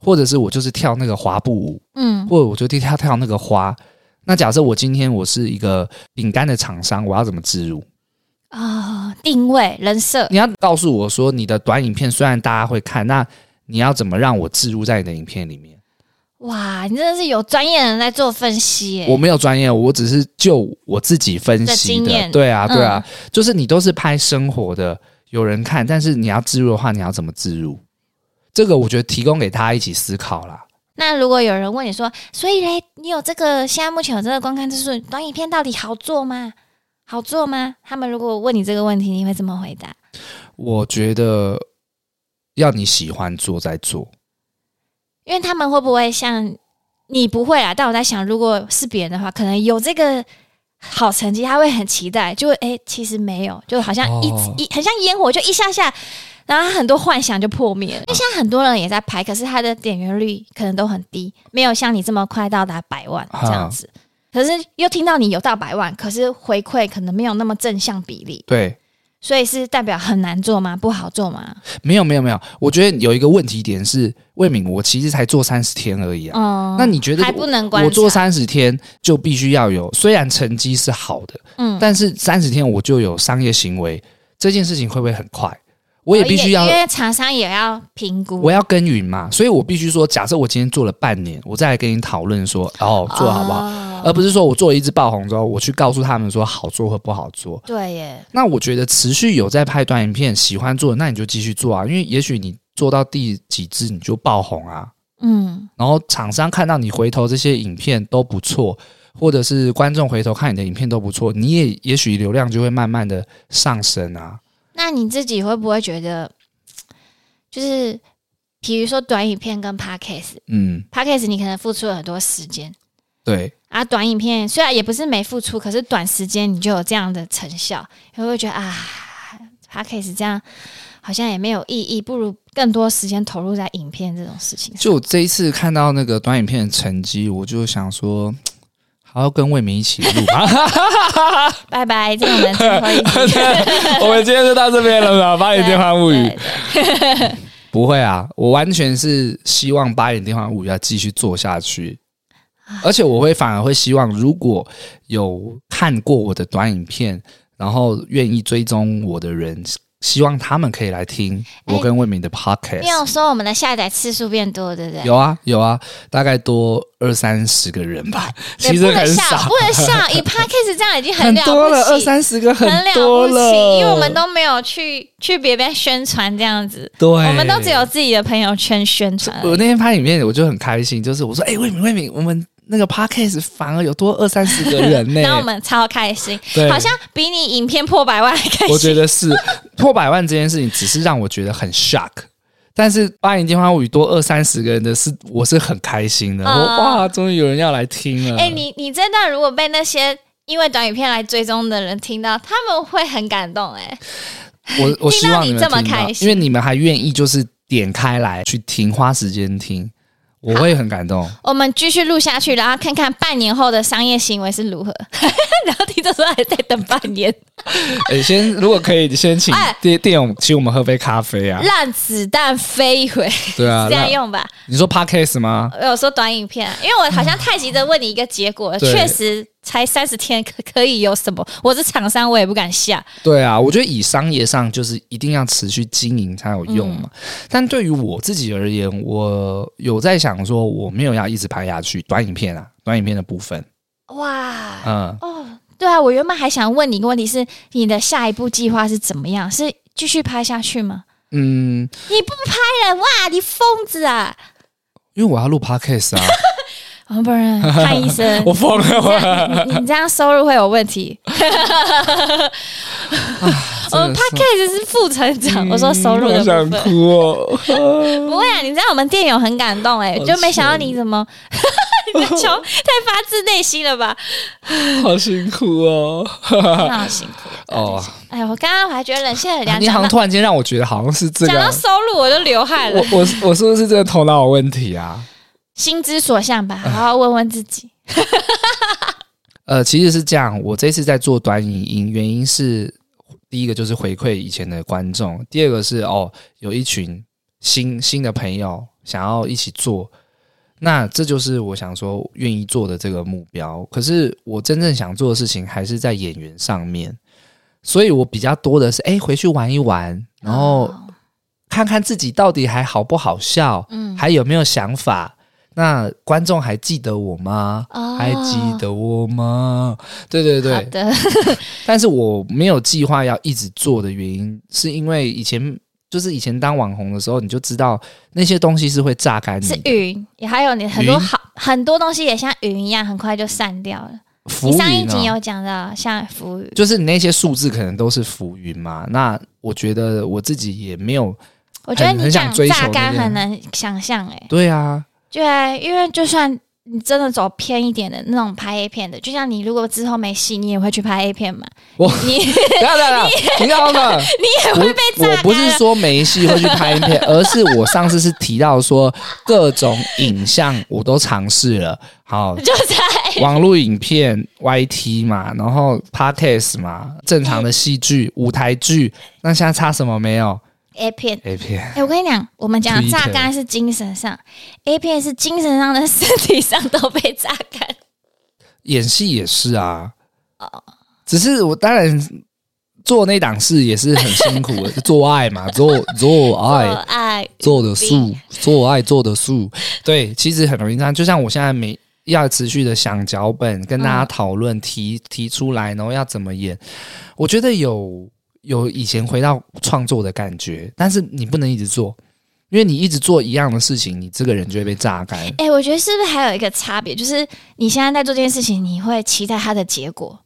Speaker 2: 或者是我就是跳那个滑步舞，
Speaker 1: 嗯
Speaker 2: 或者我就跳跳那个花。那假设我今天我是一个饼干的厂商，我要怎么植入？
Speaker 1: 啊、定位人设，
Speaker 2: 你要告诉我说，你的短影片虽然大家会看，那你要怎么让我置入在你的影片里面？
Speaker 1: 哇，你真的是有专业人在做分析耶、
Speaker 2: 我没有专业，我只是就我自己分
Speaker 1: 的
Speaker 2: 析
Speaker 1: 经
Speaker 2: 的。
Speaker 1: 验嗯
Speaker 2: 对啊，对啊，就是你都是拍生活的，有人看，但是你要置入的话，你要怎么置入？这个我觉得提供给大家一起思考啦。
Speaker 1: 那如果有人问你说，所以嘞，你有这个现在目前有这个观看次数，短影片到底好做吗？好做吗？他们如果问你这个问题，你会怎么回答？
Speaker 2: 我觉得要你喜欢做再做，
Speaker 1: 因为他们会不会像你不会啦？但我在想，如果是别人的话，可能有这个好成绩，他会很期待，就会诶，其实没有，就好像一、
Speaker 2: 哦
Speaker 1: 一很像烟火，就一下下，然后他很多幻想就破灭了。因为现在很多人也在拍，可是他的点阅率可能都很低，没有像你这么快到达百万
Speaker 2: 啊
Speaker 1: 这样子。可是又听到你有到百万，可是回馈可能没有那么正向比例，
Speaker 2: 对。
Speaker 1: 所以是代表很难做吗？不好做吗？
Speaker 2: 没有没有没有，我觉得有一个问题点是，魏敏，我其实才做三十天而已啊。
Speaker 1: 嗯，
Speaker 2: 那你觉得
Speaker 1: 还
Speaker 2: 我
Speaker 1: 不能观察？
Speaker 2: 我做三十天就必须要有，虽然成绩是好的，
Speaker 1: 嗯
Speaker 2: 但是三十天我就有商业行为，这件事情会不会很快？我也必须要
Speaker 1: 因，为厂商哦也要评估。
Speaker 2: 我要耕耘嘛，所以我必须说，假设我今天做了半年，我再来跟你讨论说，哦，做好不好，
Speaker 1: 哦
Speaker 2: 而不是说我做了一支爆红之后，我去告诉他们说好做或不好做。
Speaker 1: 对耶，
Speaker 2: 那我觉得持续有在拍短影片，喜欢做，那你就继续做啊，因为也许你做到第几支你就爆红啊，
Speaker 1: 嗯，
Speaker 2: 然后厂商看到你回头这些影片都不错，或者是观众回头看你的影片都不错，你也也许流量就会慢慢的上升啊。
Speaker 1: 那你自己会不会觉得，就是比如说短影片跟 podcast，podcast
Speaker 2: 嗯，
Speaker 1: 你可能付出了很多时间，
Speaker 2: 对，
Speaker 1: 啊，短影片虽然也不是没付出，可是短时间你就有这样的成效，你会不会觉得啊 p a c k a g e 这样好像也没有意义，不如更多时间投入在影片这种事情上。
Speaker 2: 就我这一次看到那个短影片的成绩，我就想说，还要跟魏明一起录吧。
Speaker 1: 拜拜，这是我们最后一 集
Speaker 2: 我们今天就到这边了，《八
Speaker 1: 对
Speaker 2: 点电话物语
Speaker 1: 对》对
Speaker 2: 不会啊，我完全是希望《八点电话物语》要继续做下去，而且我会反而会希望，如果有看过我的短影片，然后愿意追踪我的人，希望他们可以来听我跟魏敏的 podcast。
Speaker 1: 哎没有说我们的下载次数变多，对不对？
Speaker 2: 有啊有啊，大概多二三十个人吧，
Speaker 1: 对
Speaker 2: 其实
Speaker 1: 哎不能
Speaker 2: 很
Speaker 1: 笑，
Speaker 2: 少
Speaker 1: 不，能 笑，以 p a c k a g e 这样已经
Speaker 2: 很
Speaker 1: 了
Speaker 2: 多了，
Speaker 1: 不
Speaker 2: 二
Speaker 1: 起，
Speaker 2: 三十个
Speaker 1: 很
Speaker 2: 多
Speaker 1: 了不
Speaker 2: 了，
Speaker 1: 起，因为我们都没有去去别边宣传这样子，
Speaker 2: 对，
Speaker 1: 我们都只有自己的朋友圈宣传而已。
Speaker 2: 我那天拍影片，我就很开心，就是我说，哎、魏敏魏敏，我们那个 podcast 反而有多二三十个人 呢、
Speaker 1: 然后我们超开心，
Speaker 2: 对，
Speaker 1: 好像比你影片破百万还开心。
Speaker 2: 我觉得是破百万这件事情，只是让我觉得很 shock。但是《八零电话物语》多二三十个人的是，我是很开心的。我
Speaker 1: 嗯
Speaker 2: 哇，终于有人要来听了。
Speaker 1: 哎、你你真的如果被那些因为短影片来追踪的人听到，他们会很感动哎、
Speaker 2: 我我希望
Speaker 1: 听到你
Speaker 2: 们
Speaker 1: 这么
Speaker 2: 听到
Speaker 1: 开心
Speaker 2: 因为你们还愿意就是点开来去听，花时间听，我会很感动。
Speaker 1: 我们继续录下去，然后看看半年后的商业行为是如何。 然后听众说还在等半年，
Speaker 2: 哎、先如果可以，先请
Speaker 1: 哎
Speaker 2: 店店友请我们喝杯咖啡啊。
Speaker 1: 让子弹飞一回，
Speaker 2: 对啊，
Speaker 1: 这样
Speaker 2: 那
Speaker 1: 用吧。
Speaker 2: 你说 podcast 吗？
Speaker 1: 我有说短影片、啊，因为我好像太急着问你一个结果了，
Speaker 2: 嗯对
Speaker 1: 确实才三十天可可以有什么？我是厂商，我也不敢下。
Speaker 2: 对啊，我觉得以商业上就是一定要持续经营才有用嘛。但对于我自己而言，我有在想说，我没有要一直拍下去短影片啊，短影片的部分，
Speaker 1: 哇，
Speaker 2: 嗯，
Speaker 1: 哦，对啊，我原本还想问你一个问题是，你的下一步计划是怎么样？是继续拍下去吗？
Speaker 2: 嗯，
Speaker 1: 你不拍了，哇，你疯子啊！
Speaker 2: 因为我要录 podcast 啊，，
Speaker 1: 哦、不然看医生
Speaker 2: 我疯了，
Speaker 1: 这样你你这样收入会有问 题。
Speaker 2: 啊
Speaker 1: 我们 p a c k a g e 是副成长， 我说收入的
Speaker 2: 我想
Speaker 1: 部分。
Speaker 2: 哭哦，
Speaker 1: 不会啊，你知道我们店友很感动哎、
Speaker 2: 好哦
Speaker 1: 就没想到你怎么 你的穷太发自内心了 吧？
Speaker 2: 好辛苦哦，
Speaker 1: 那好辛苦
Speaker 2: 哦，
Speaker 1: 哎，我刚刚我还觉得冷现很凉，
Speaker 2: 啊你
Speaker 1: 讲
Speaker 2: 好像
Speaker 1: 到
Speaker 2: 突然间让我觉得好像是这
Speaker 1: 讲到
Speaker 2: 个，
Speaker 1: 收入我都流汗了。
Speaker 2: 我我我是不是真的头脑有问题啊？
Speaker 1: 心之所向吧，好好问问自己。
Speaker 2: 呃，其实是这样，我这次在做短影音，原因是第一个就是回馈以前的观众，第二个是哦，有一群新新的朋友想要一起做，那这就是我想说愿意做的这个目标。可是我真正想做的事情还是在演员上面，所以我比较多的是哎回去玩一玩，然后
Speaker 1: 哦
Speaker 2: 看看自己到底还好不好笑，
Speaker 1: 嗯
Speaker 2: 还有没有想法。那观众还记得我吗？
Speaker 1: 哦
Speaker 2: 还记得我吗？对对嗯
Speaker 1: 好
Speaker 2: 对，
Speaker 1: 的，
Speaker 2: 但是我没有计划要一直做的原因，是因为以前就是以前当网红的时候，你就知道那些东西是会榨干你
Speaker 1: 是
Speaker 2: 的，
Speaker 1: 云，也还有你很多
Speaker 2: 云
Speaker 1: 好很多东西也像云一样，很快就散掉了。
Speaker 2: 浮
Speaker 1: 你上一
Speaker 2: 云
Speaker 1: 集
Speaker 2: 啊，
Speaker 1: 有讲到像浮云，
Speaker 2: 就是你那些数字可能都是浮云嘛。那我觉得我自己也没有，
Speaker 1: 我觉得你
Speaker 2: 很
Speaker 1: 这
Speaker 2: 想
Speaker 1: 样
Speaker 2: 追求
Speaker 1: 榨干
Speaker 2: 那个
Speaker 1: 很难想象哎、欸，
Speaker 2: 对啊，
Speaker 1: 对，因为就算。你真的走偏一点的那种拍 A 片的，就像你如果之后没戏，你也会去拍 A 片嘛？
Speaker 2: 我
Speaker 1: 你
Speaker 2: 不要不啊要不要，你要 呢？
Speaker 1: 你也
Speaker 2: 我
Speaker 1: 会被榨干
Speaker 2: 我
Speaker 1: 啊。
Speaker 2: 不是说没戏会去拍影片，而是我上次是提到说各种影像我都尝试了，好，
Speaker 1: 就在
Speaker 2: 网络影片、YT 嘛，然后 Podcast 嘛，正常的戏剧、舞台剧，那现在差什么没有
Speaker 1: A 片
Speaker 2: ？A 片
Speaker 1: 哎、我跟你讲，我们讲的榨干是精神上，A 片是精神上的、 身体上都被榨干。
Speaker 2: 演戏也是啊，
Speaker 1: 哦
Speaker 2: 只是我当然做那档事也是很辛苦的，就 做爱嘛，做做
Speaker 1: 做
Speaker 2: 爱，
Speaker 1: 爱
Speaker 2: 做的
Speaker 1: 素
Speaker 2: 素，做爱做的素，对，其实很容易这样。就像我现在每要持续的想脚本，跟大家讨论、提提出来，然后要怎么演，我觉得有有以前回到创作的感觉，但是你不能一直做，因为你一直做一样的事情，你这个人就会被榨干。
Speaker 1: 哎、我觉得是不是还有一个差别，就是你现在在做这件事情，你会期待它的结果，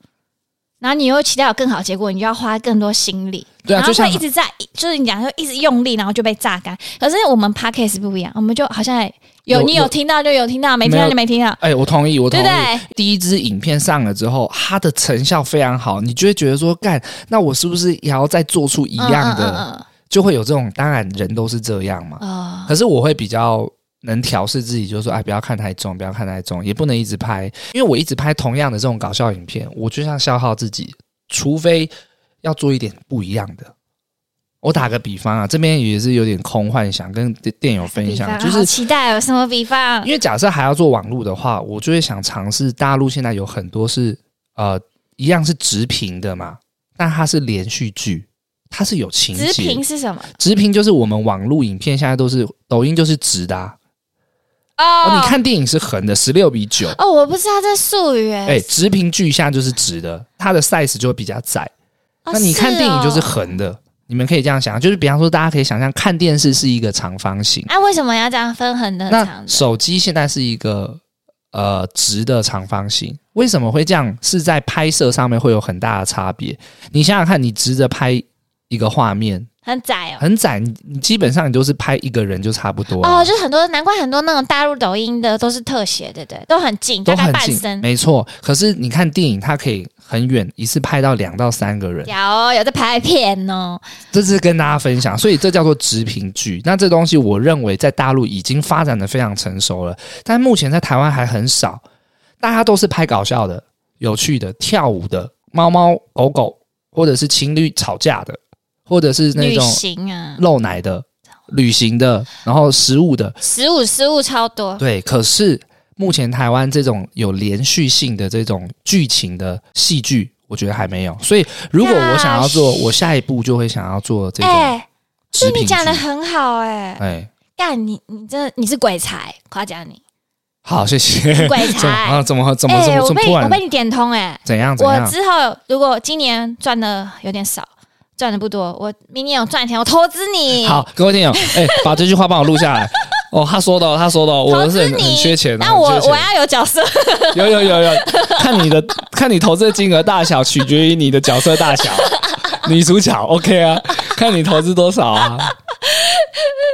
Speaker 1: 然后你又期待有更好的结果，你就要花更多心力，
Speaker 2: 对啊
Speaker 1: 然后
Speaker 2: 就像
Speaker 1: 会一直在，就是你讲说一直用力，然后就被榨干。可是我们 podcast 不一样，我们就好像哎有
Speaker 2: 有
Speaker 1: 你有听到就有听到，没听
Speaker 2: 没
Speaker 1: 到
Speaker 2: 有
Speaker 1: 就没听到。
Speaker 2: 哎、我同意，我同意。
Speaker 1: 对不
Speaker 2: 第一支影片上了之后，它的成效非常好，你就会觉得说，干，那我是不是也要再做出一样的？
Speaker 1: 嗯
Speaker 2: 就会有这种，当然人都是这样嘛。
Speaker 1: 嗯嗯嗯
Speaker 2: 可是我会比较能调试自己，就是说，哎，不要看太重，不要看太重，也不能一直拍，因为我一直拍同样的这种搞笑影片，我就像消耗自己，除非要做一点不一样的。我打个比方啊，这边也是有点空幻想，跟电电友分
Speaker 1: 比
Speaker 2: 享，
Speaker 1: 方
Speaker 2: 就是
Speaker 1: 好期待有哦什么比方
Speaker 2: 因？为假设还要做网络的话，我就会想尝试大陆现在有很多是呃一样是直屏的嘛，但它是连续剧，它是有情节。
Speaker 1: 直评是什么？
Speaker 2: 直屏就是我们网络影片现在都是抖音就是直的、啊，哦，
Speaker 1: 哦，
Speaker 2: 你看电影是横的，十六比九，
Speaker 1: 哦，我不知道这术语哎、
Speaker 2: 哎，直屏剧现在就是直的，它的 size 就会比较窄。
Speaker 1: 哦
Speaker 2: 那你看电影就是
Speaker 1: 哦
Speaker 2: 横的，你们可以这样想，就是比方说大家可以想象看电视是一个长方形。
Speaker 1: 啊，为什么要这样分很的
Speaker 2: 那
Speaker 1: 长的？
Speaker 2: 手机现在是一个呃直的长方形，为什么会这样？是在拍摄上面会有很大的差别。你想想看，你直着拍一个画面
Speaker 1: 很窄哦。
Speaker 2: 很窄，你你基本上你都是拍一个人就差不多了
Speaker 1: 哦，就是很多，难怪很多那种大陆抖音的都是特写，对不对？都很近，
Speaker 2: 都
Speaker 1: 大概
Speaker 2: 很
Speaker 1: 半
Speaker 2: 近，
Speaker 1: 身。
Speaker 2: 没错。可是你看电影，它可以很远，一次拍到两到三个人，
Speaker 1: 有哦有在拍片哦，
Speaker 2: 这是跟大家分享，所以这叫做直屏剧。那这东西我认为在大陆已经发展的非常成熟了，但目前在台湾还很少，大家都是拍搞笑的、有趣的、跳舞的、猫猫狗狗，或者是情侣吵架的，或者是那
Speaker 1: 旅
Speaker 2: 种
Speaker 1: 行啊，
Speaker 2: 露奶的、旅行的，然后食物的。
Speaker 1: 食物食物超多。
Speaker 2: 对，可是目前台湾这种有连续性的这种剧情的戏剧。我觉得还没有，所以如果我想要做，
Speaker 1: 那
Speaker 2: 我下一步就会想要做这种
Speaker 1: 哎、
Speaker 2: 直
Speaker 1: 对
Speaker 2: 屏
Speaker 1: 你
Speaker 2: 剧。
Speaker 1: 讲的很好哎、
Speaker 2: 哎，
Speaker 1: 干你你真的你是鬼才，夸奖你
Speaker 2: 好，谢谢。
Speaker 1: 鬼
Speaker 2: 怎么
Speaker 1: 才。
Speaker 2: 啊？怎么怎么
Speaker 1: 哎、
Speaker 2: 怎么
Speaker 1: 我
Speaker 2: 怎么
Speaker 1: 被
Speaker 2: 突
Speaker 1: 我
Speaker 2: 然
Speaker 1: 被你点通哎、
Speaker 2: 怎样怎
Speaker 1: 我
Speaker 2: 样？
Speaker 1: 之后如果今年赚的有点少，赚的不多，我明年有赚钱，我投资你。
Speaker 2: 好，各位听友，哎，把这句话帮我录下来。哦，他说的哦，他说的哦，我
Speaker 1: 投
Speaker 2: 是
Speaker 1: 资
Speaker 2: 很
Speaker 1: 你
Speaker 2: 很缺钱的，哦
Speaker 1: 那我
Speaker 2: 很缺
Speaker 1: 我
Speaker 2: 钱
Speaker 1: 要有角色，
Speaker 2: 有有有有，看你的看你投资的金额大小，取决于你的角色大小。女主角 OK 啊，看你投资多少啊，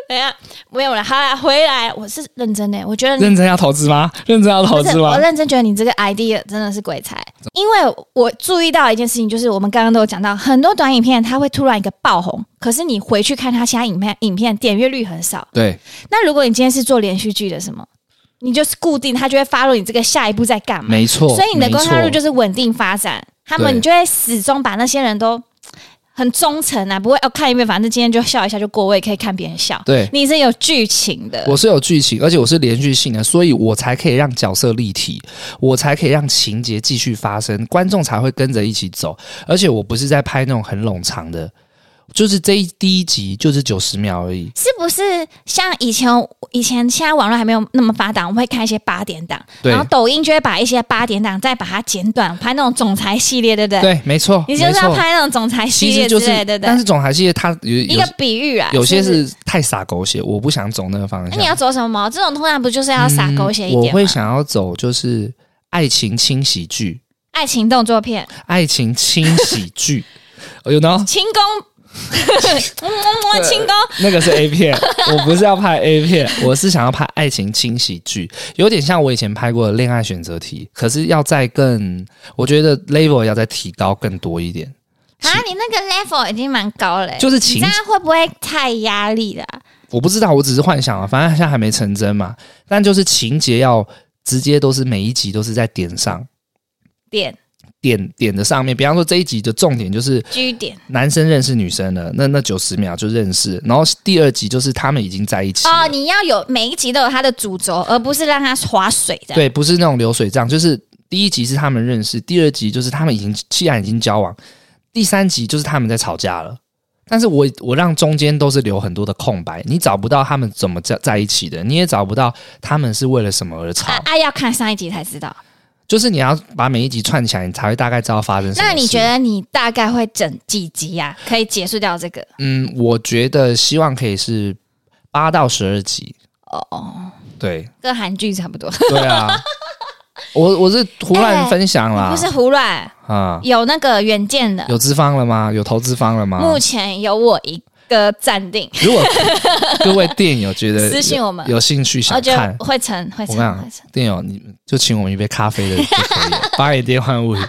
Speaker 1: 等一下没有了，好啦，回来，我是认真的，我觉得你
Speaker 2: 认真要投资吗？认真要投
Speaker 1: 不
Speaker 2: 资
Speaker 1: 是，
Speaker 2: 吗
Speaker 1: 我？认真觉得你这个 idea 真的是鬼才，因为我注意到一件事情，就是我们刚刚都有讲到，很多短影片它会突然一个爆红，可是你回去看它其他影片，影片点阅率很少。
Speaker 2: 对，
Speaker 1: 那如果你今天是做连续剧的什么，你就是固定，它就会发入你这个下一步在干嘛，
Speaker 2: 没错。
Speaker 1: 所以你的
Speaker 2: 没
Speaker 1: 观看率
Speaker 2: 错
Speaker 1: 就是稳定发展，他
Speaker 2: 对
Speaker 1: 们你就会始终把那些人都。很忠诚啊，不会哦，看一遍，反正今天就笑一下就过，我也可以看别人笑。
Speaker 2: 对
Speaker 1: 你是有剧情的，
Speaker 2: 我是有剧情，而且我是连续性的，所以我才可以让角色立体，我才可以让情节继续发生，观众才会跟着一起走。而且我不是在拍那种很冗长的，就是这一第一集就是九十秒而已。
Speaker 1: 是不是像以前以前现在网络还没有那么发达，我们会看一些八点档，
Speaker 2: 对
Speaker 1: 然后抖音就会把一些八点档再把它剪短，拍那种总裁系列，对不对？
Speaker 2: 对，没错，
Speaker 1: 你就是
Speaker 2: 没
Speaker 1: 要
Speaker 2: 错
Speaker 1: 拍那种总裁系
Speaker 2: 其
Speaker 1: 列之
Speaker 2: 实就
Speaker 1: 类
Speaker 2: 是，
Speaker 1: 的，对
Speaker 2: 但
Speaker 1: 不
Speaker 2: 是总还系列它有
Speaker 1: 对？一
Speaker 2: 有
Speaker 1: 个比喻啊，
Speaker 2: 有些
Speaker 1: 是不是。
Speaker 2: 是太洒狗血，我不想走那个方
Speaker 1: 那
Speaker 2: 向
Speaker 1: 你。要走什么毛？这种通常不就是要撒狗血一
Speaker 2: 嗯我
Speaker 1: 点吗？
Speaker 2: 会想要走就是爱情轻喜剧，
Speaker 1: 爱情动作片，
Speaker 2: 爱情轻喜 剧，有呢？
Speaker 1: 轻 功，嗯嗯嗯轻功，
Speaker 2: 那个是 A 片， 我不是要拍 A 片，我是想要拍爱情轻喜剧，有点像我以前拍过的恋爱选择题，可是要再更，我觉得 level 要再提高更多一点。
Speaker 1: 啊，你那个 level 已经蛮高了欸、
Speaker 2: 就是
Speaker 1: 你
Speaker 2: 情
Speaker 1: 这样会不会太压力了啊、
Speaker 2: 我不知道，我只是幻想啊，反正现在还没成真嘛。但就是情节要直接都是每一集都是在点上，
Speaker 1: 点
Speaker 2: 点点的上面。比方说这一集的重点就是
Speaker 1: 居点
Speaker 2: 男生认识女生了，那那九十秒就认识，然后第二集就是他们已经在一起了
Speaker 1: 哦，你要有每一集都有它的主轴，而不是让它划水的。
Speaker 2: 对，不是那种流水账，就是第一集是他们认识，第二集就是他们已经既然已经交往，第三集就是他们在吵架了。但是我我让中间都是留很多的空白，你找不到他们怎么在在一起的，你也找不到他们是为了什么而吵
Speaker 1: 啊，啊，要看上一集才知道。
Speaker 2: 就是你要把每一集串起来，你才会大概知道发生什么事。
Speaker 1: 那你觉？得你大概啊会整几集呀、可以结束掉这个？
Speaker 2: 嗯，我觉得希望可以是八到十二集。
Speaker 1: 哦，
Speaker 2: 对，
Speaker 1: 跟韩剧差不多，
Speaker 2: 对啊，我我是胡乱分享啦，
Speaker 1: 哎不是胡乱，
Speaker 2: 啊，
Speaker 1: 有那个远见的，
Speaker 2: 有资啊方了吗？有投资方了吗？
Speaker 1: 目前有我一个暂定，
Speaker 2: 如果 各位电友觉得
Speaker 1: 私信
Speaker 2: 有
Speaker 1: 我们哦
Speaker 2: 有兴趣想
Speaker 1: 我觉
Speaker 2: 看
Speaker 1: 得，会成会
Speaker 2: 我
Speaker 1: 成
Speaker 2: 跟你讲
Speaker 1: 会成。
Speaker 2: 电友你就请我们一杯咖啡的就可 以了，八点电话物语。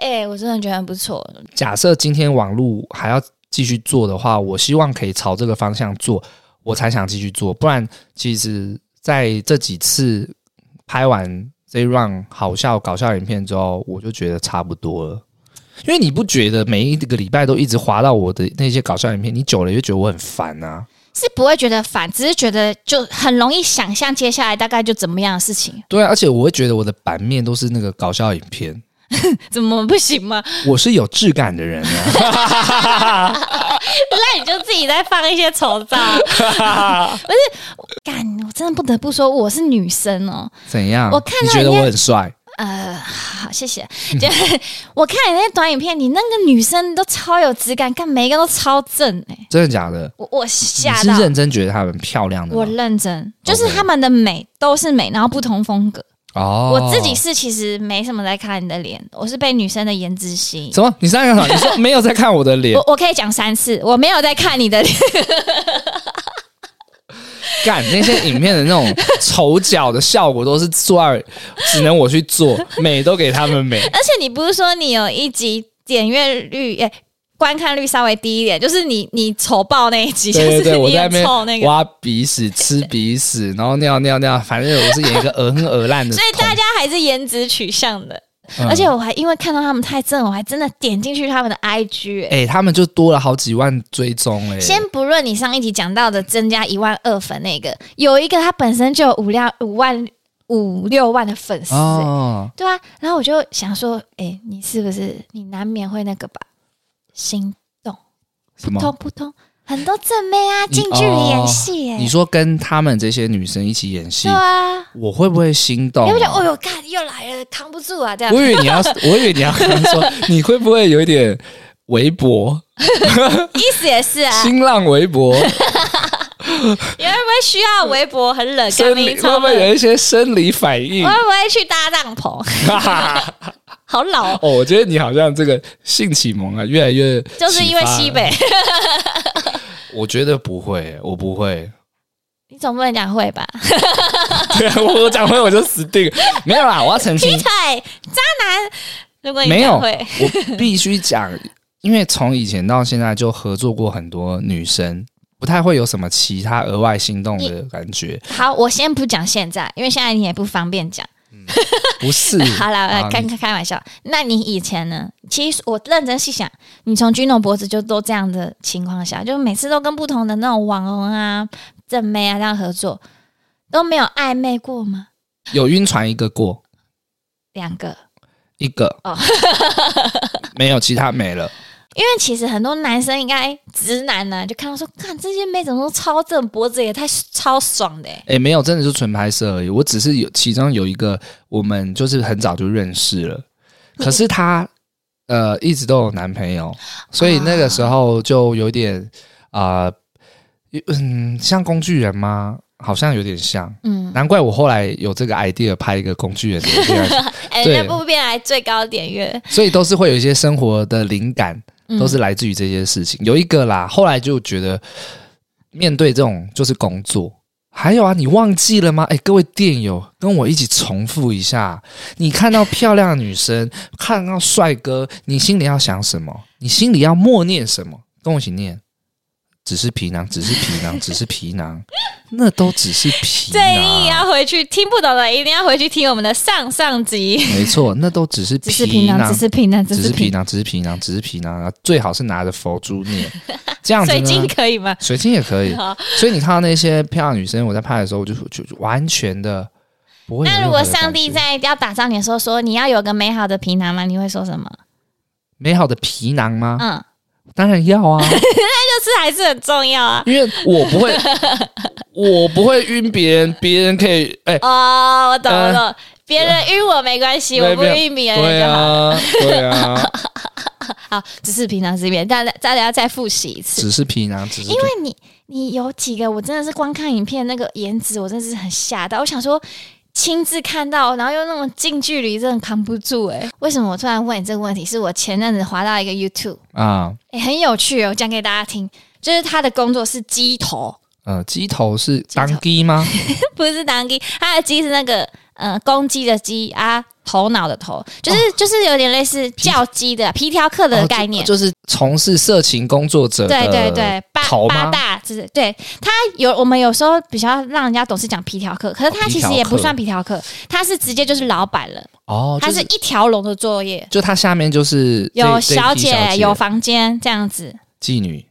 Speaker 1: 哎、我真的觉得很不错，
Speaker 2: 假设今天网络还要继续做的话，我希望可以朝这个方向做，我才想继续做。不然，其实在这几次拍完这一 round 好笑搞笑影片之后，我就觉得差不多了。因为你不觉得每一个礼拜都一直滑到我的那些搞笑影片，你久了就觉得我很烦啊。
Speaker 1: 是不会觉得烦，只是觉得就很容易想象接下来大概就怎么样的事情，
Speaker 2: 对啊，而且我会觉得我的版面都是那个搞笑影片，
Speaker 1: 怎么不行吗？
Speaker 2: 我是有质感的人 啊。
Speaker 1: 那你就自己再放一些丑 照。不是，干，我真的不得不说，我是女生哦。
Speaker 2: 怎样？
Speaker 1: 我看到
Speaker 2: 你觉得我很帅？
Speaker 1: 呃，好，谢 谢。就我看你那些短影片，你那个女生都超有质感，看每一个都超正哎、
Speaker 2: 真的假的？
Speaker 1: 我我
Speaker 2: 你
Speaker 1: 吓
Speaker 2: 是
Speaker 1: 到，
Speaker 2: 认真觉得她很漂亮的吗？
Speaker 1: 我认真，就是
Speaker 2: OK
Speaker 1: 他们的美都是美，然后不同风格。
Speaker 2: 哦，
Speaker 1: 我自己是其实没什么在看你的脸，我是被女生的颜值吸引。
Speaker 2: 什么？你三 个场，你说没有在看我的脸
Speaker 1: 我？我可以讲三次，我没有在看你的脸，
Speaker 2: 干那些影片的那种丑角的效果都是做二，只能我去 做，美都给他们美。
Speaker 1: 而且你不是说你有一集点阅率诶、观看率稍微低一点，就是你你丑爆那一集，
Speaker 2: 对对
Speaker 1: 就
Speaker 2: 对，
Speaker 1: 是
Speaker 2: 我
Speaker 1: 你
Speaker 2: 在那
Speaker 1: 很臭那
Speaker 2: 边
Speaker 1: 个，
Speaker 2: 挖鼻屎、吃鼻屎，然后尿尿尿，反正我是演一个恶很恶烂 的
Speaker 1: 所
Speaker 2: 童。
Speaker 1: 以大家还是颜值取向的。
Speaker 2: 嗯
Speaker 1: 而且我还因为看到他们太正，我还真的点进去他们的 IG、诶
Speaker 2: 哎、他们就多了好几万追踪哎、
Speaker 1: 先不论你上一集讲到的增加一万二粉那个，有一个他本身就有五六五万五六万的粉丝、诶
Speaker 2: 哦，
Speaker 1: 对啊，然后我就想说，哎、你是不是你难免会那个吧？心
Speaker 2: 什
Speaker 1: 扑通
Speaker 2: 么？
Speaker 1: 扑通，很多正妹啊，
Speaker 2: 你哦
Speaker 1: 近距离演戏耶、
Speaker 2: 你哦说跟他们这些女生一起演戏
Speaker 1: 对，啊，
Speaker 2: 我会不会心动、
Speaker 1: 你会不会觉得
Speaker 2: 啊？
Speaker 1: 哦哟，干又来了，扛不住啊，这样
Speaker 2: 我以为 你要，我以为你要跟他说，你会不会有一点微博？
Speaker 1: 意思也是啊，
Speaker 2: 新浪微 博，
Speaker 1: 你会不会需要围脖很冷，
Speaker 2: 生
Speaker 1: 干
Speaker 2: 理
Speaker 1: 冰
Speaker 2: 会
Speaker 1: 超
Speaker 2: 不
Speaker 1: 冷
Speaker 2: 会？有一些生理反应
Speaker 1: 我？会不会去搭帐篷？ 好老哦，
Speaker 2: 哦，我觉得你好像这个性启蒙啊，越来越
Speaker 1: 就是因为西
Speaker 2: 启
Speaker 1: 北，
Speaker 2: 发，我觉得不会，我不会。
Speaker 1: 你总不能讲会吧？
Speaker 2: 对啊，我我讲会我就死定了。没有啦，我要澄
Speaker 1: 劈
Speaker 2: 清，
Speaker 1: 腿渣男，如果你
Speaker 2: 没有，
Speaker 1: 讲会，
Speaker 2: 我必须讲，因为从以前到现在就合作过很多女生，不太会有什么其他额外心动的感觉。
Speaker 1: 好，我先不讲现在，因为现在你也不方便讲。
Speaker 2: 不是，
Speaker 1: 好了，
Speaker 2: 啊
Speaker 1: 呃开开开玩笑。那你以前呢？其实我认真细想，你从君诺博子就都这样的情况下，就每次都跟不同的那种网红啊、正妹啊这样合作，都没有暧昧过吗？
Speaker 2: 有晕船一个过
Speaker 1: 两个，
Speaker 2: 一个，
Speaker 1: 哦
Speaker 2: 没有其他没了。
Speaker 1: 因为其实很多男生应该直男呢、就看到说，看这些妹怎么都超正，脖子也太超爽的、欸，
Speaker 2: 哎、没有，真的是纯拍摄而已。我只是有其中有一个，我们就是很早就认识了，可是她呃一直都有男朋友，所以那个时候就有点啊、呃嗯，像工具人吗？好像有点像，
Speaker 1: 嗯，
Speaker 2: 难怪我后来有这个 idea 拍一个工具人 的恋爱
Speaker 1: 哎、
Speaker 2: 对
Speaker 1: 那部片来最高点阅，
Speaker 2: 所以都是会有一些生活的灵感，
Speaker 1: 嗯
Speaker 2: 都是来自于这些事情。有一个啦，后来就觉得面对这种就是工作。还有啊，你忘记了吗？哎，各位电友，跟我一起重复一下：你看到漂亮的女生， 看到帅哥，你心里要想什么？你心里要默念什么？跟我一起念：只是皮囊，只是皮囊，只是皮 囊，那都只是皮
Speaker 1: 这一定
Speaker 2: 囊。
Speaker 1: 要回去听不懂的，一定要回去听我们的上上集。
Speaker 2: 没错，那都只是
Speaker 1: 只是平常，只是平常，只
Speaker 2: 只
Speaker 1: 是
Speaker 2: 是皮
Speaker 1: 平
Speaker 2: 囊，只是皮囊，只是皮囊，然后最好是拿着佛珠念， 这样子呢
Speaker 1: 水晶可以吗？
Speaker 2: 水晶也可以。
Speaker 1: 好，
Speaker 2: 所以你看到那些漂亮女生，我在拍的时候，我就就就完全的不会有任
Speaker 1: 那
Speaker 2: 何的感觉。
Speaker 1: 如果上帝在要打造你的时候说你要有个美好的皮囊吗？你会说什么？
Speaker 2: 美好的皮囊吗？
Speaker 1: 嗯，
Speaker 2: 当然 要啊，
Speaker 1: 就是还是很重要啊。
Speaker 2: 因为我不会，我不会晕别 人，别人可以哎、
Speaker 1: 哦，我懂
Speaker 2: 呃
Speaker 1: 我懂，别人晕我没关系，
Speaker 2: 对啊
Speaker 1: 我不
Speaker 2: 没有
Speaker 1: 晕别人
Speaker 2: 对
Speaker 1: 就好。
Speaker 2: 啊，对啊，
Speaker 1: 好，只是平常这边，大家大家再复习一次。
Speaker 2: 只是皮囊，只是
Speaker 1: 因为你你有几个，我真的是光看影片那个颜值，我真的是很吓到。我想说亲自看到，然后又那种近距离，真的扛不住哎、为什么我突然问你这个问题？是我前阵子滑到一个 YouTube，
Speaker 2: 啊，
Speaker 1: 哎、很有趣哦，讲给大家听。就是他的工作是鸡头，
Speaker 2: 呃，鸡头是
Speaker 1: 头
Speaker 2: 当鸡吗？
Speaker 1: 不是当鸡，他的鸡是那个呃公鸡的鸡啊，头脑的头，就是、就是有点类似叫鸡的皮条客的
Speaker 2: 哦
Speaker 1: 概念。
Speaker 2: 就就是从事色情工作者的
Speaker 1: 对对对，八
Speaker 2: 头
Speaker 1: 八
Speaker 2: 吗？
Speaker 1: 大就是对他有我们有时候比较让人家懂是讲皮条客，可是他
Speaker 2: 哦
Speaker 1: 其
Speaker 2: 皮
Speaker 1: 实
Speaker 2: 条
Speaker 1: 也不
Speaker 2: 客
Speaker 1: 算皮条客，他是直接就是老板了，
Speaker 2: 哦，
Speaker 1: 他
Speaker 2: 就是
Speaker 1: 一条龙的作业，
Speaker 2: 就他下面就是这
Speaker 1: 有
Speaker 2: 这一批
Speaker 1: 小
Speaker 2: 小
Speaker 1: 姐有房间这样子，
Speaker 2: 妓女，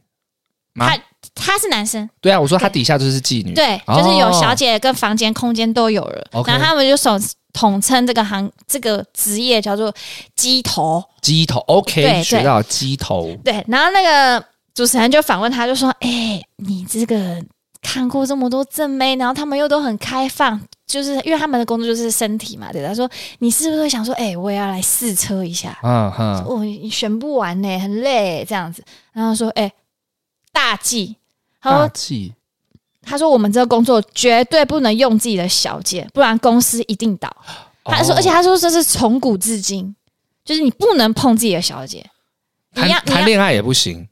Speaker 2: 吗
Speaker 1: 他他是男生，
Speaker 2: 对啊，我说他底下就是妓女，
Speaker 1: 对，
Speaker 2: 哦
Speaker 1: 就是有小姐跟房间空间都有了，
Speaker 2: OK
Speaker 1: 然后他们就统统称这个行这个职业叫做鸡头，
Speaker 2: 鸡头
Speaker 1: 对
Speaker 2: ，OK，学到鸡头，
Speaker 1: 对，然后那个主持人就访问他，就说：“哎、你这个看过这么多正妹，然后他们又都很开放，就是因为他们的工作就是身体嘛，对吧？他说你是不是会想说，哎、我也要来试车一下？
Speaker 2: 嗯哼，
Speaker 1: 我、你选不完呢、很累、这样子。”然后说：“哎、大忌。”他
Speaker 2: 大
Speaker 1: 说
Speaker 2: 忌：“
Speaker 1: 他说我们这个工作绝对不能用自己的小姐，不然公司一定倒。”他说，
Speaker 2: 哦
Speaker 1: 而且他说这是从古至今，就是你不能碰自己的小姐，你
Speaker 2: 谈
Speaker 1: 要你要
Speaker 2: 谈恋爱也不行，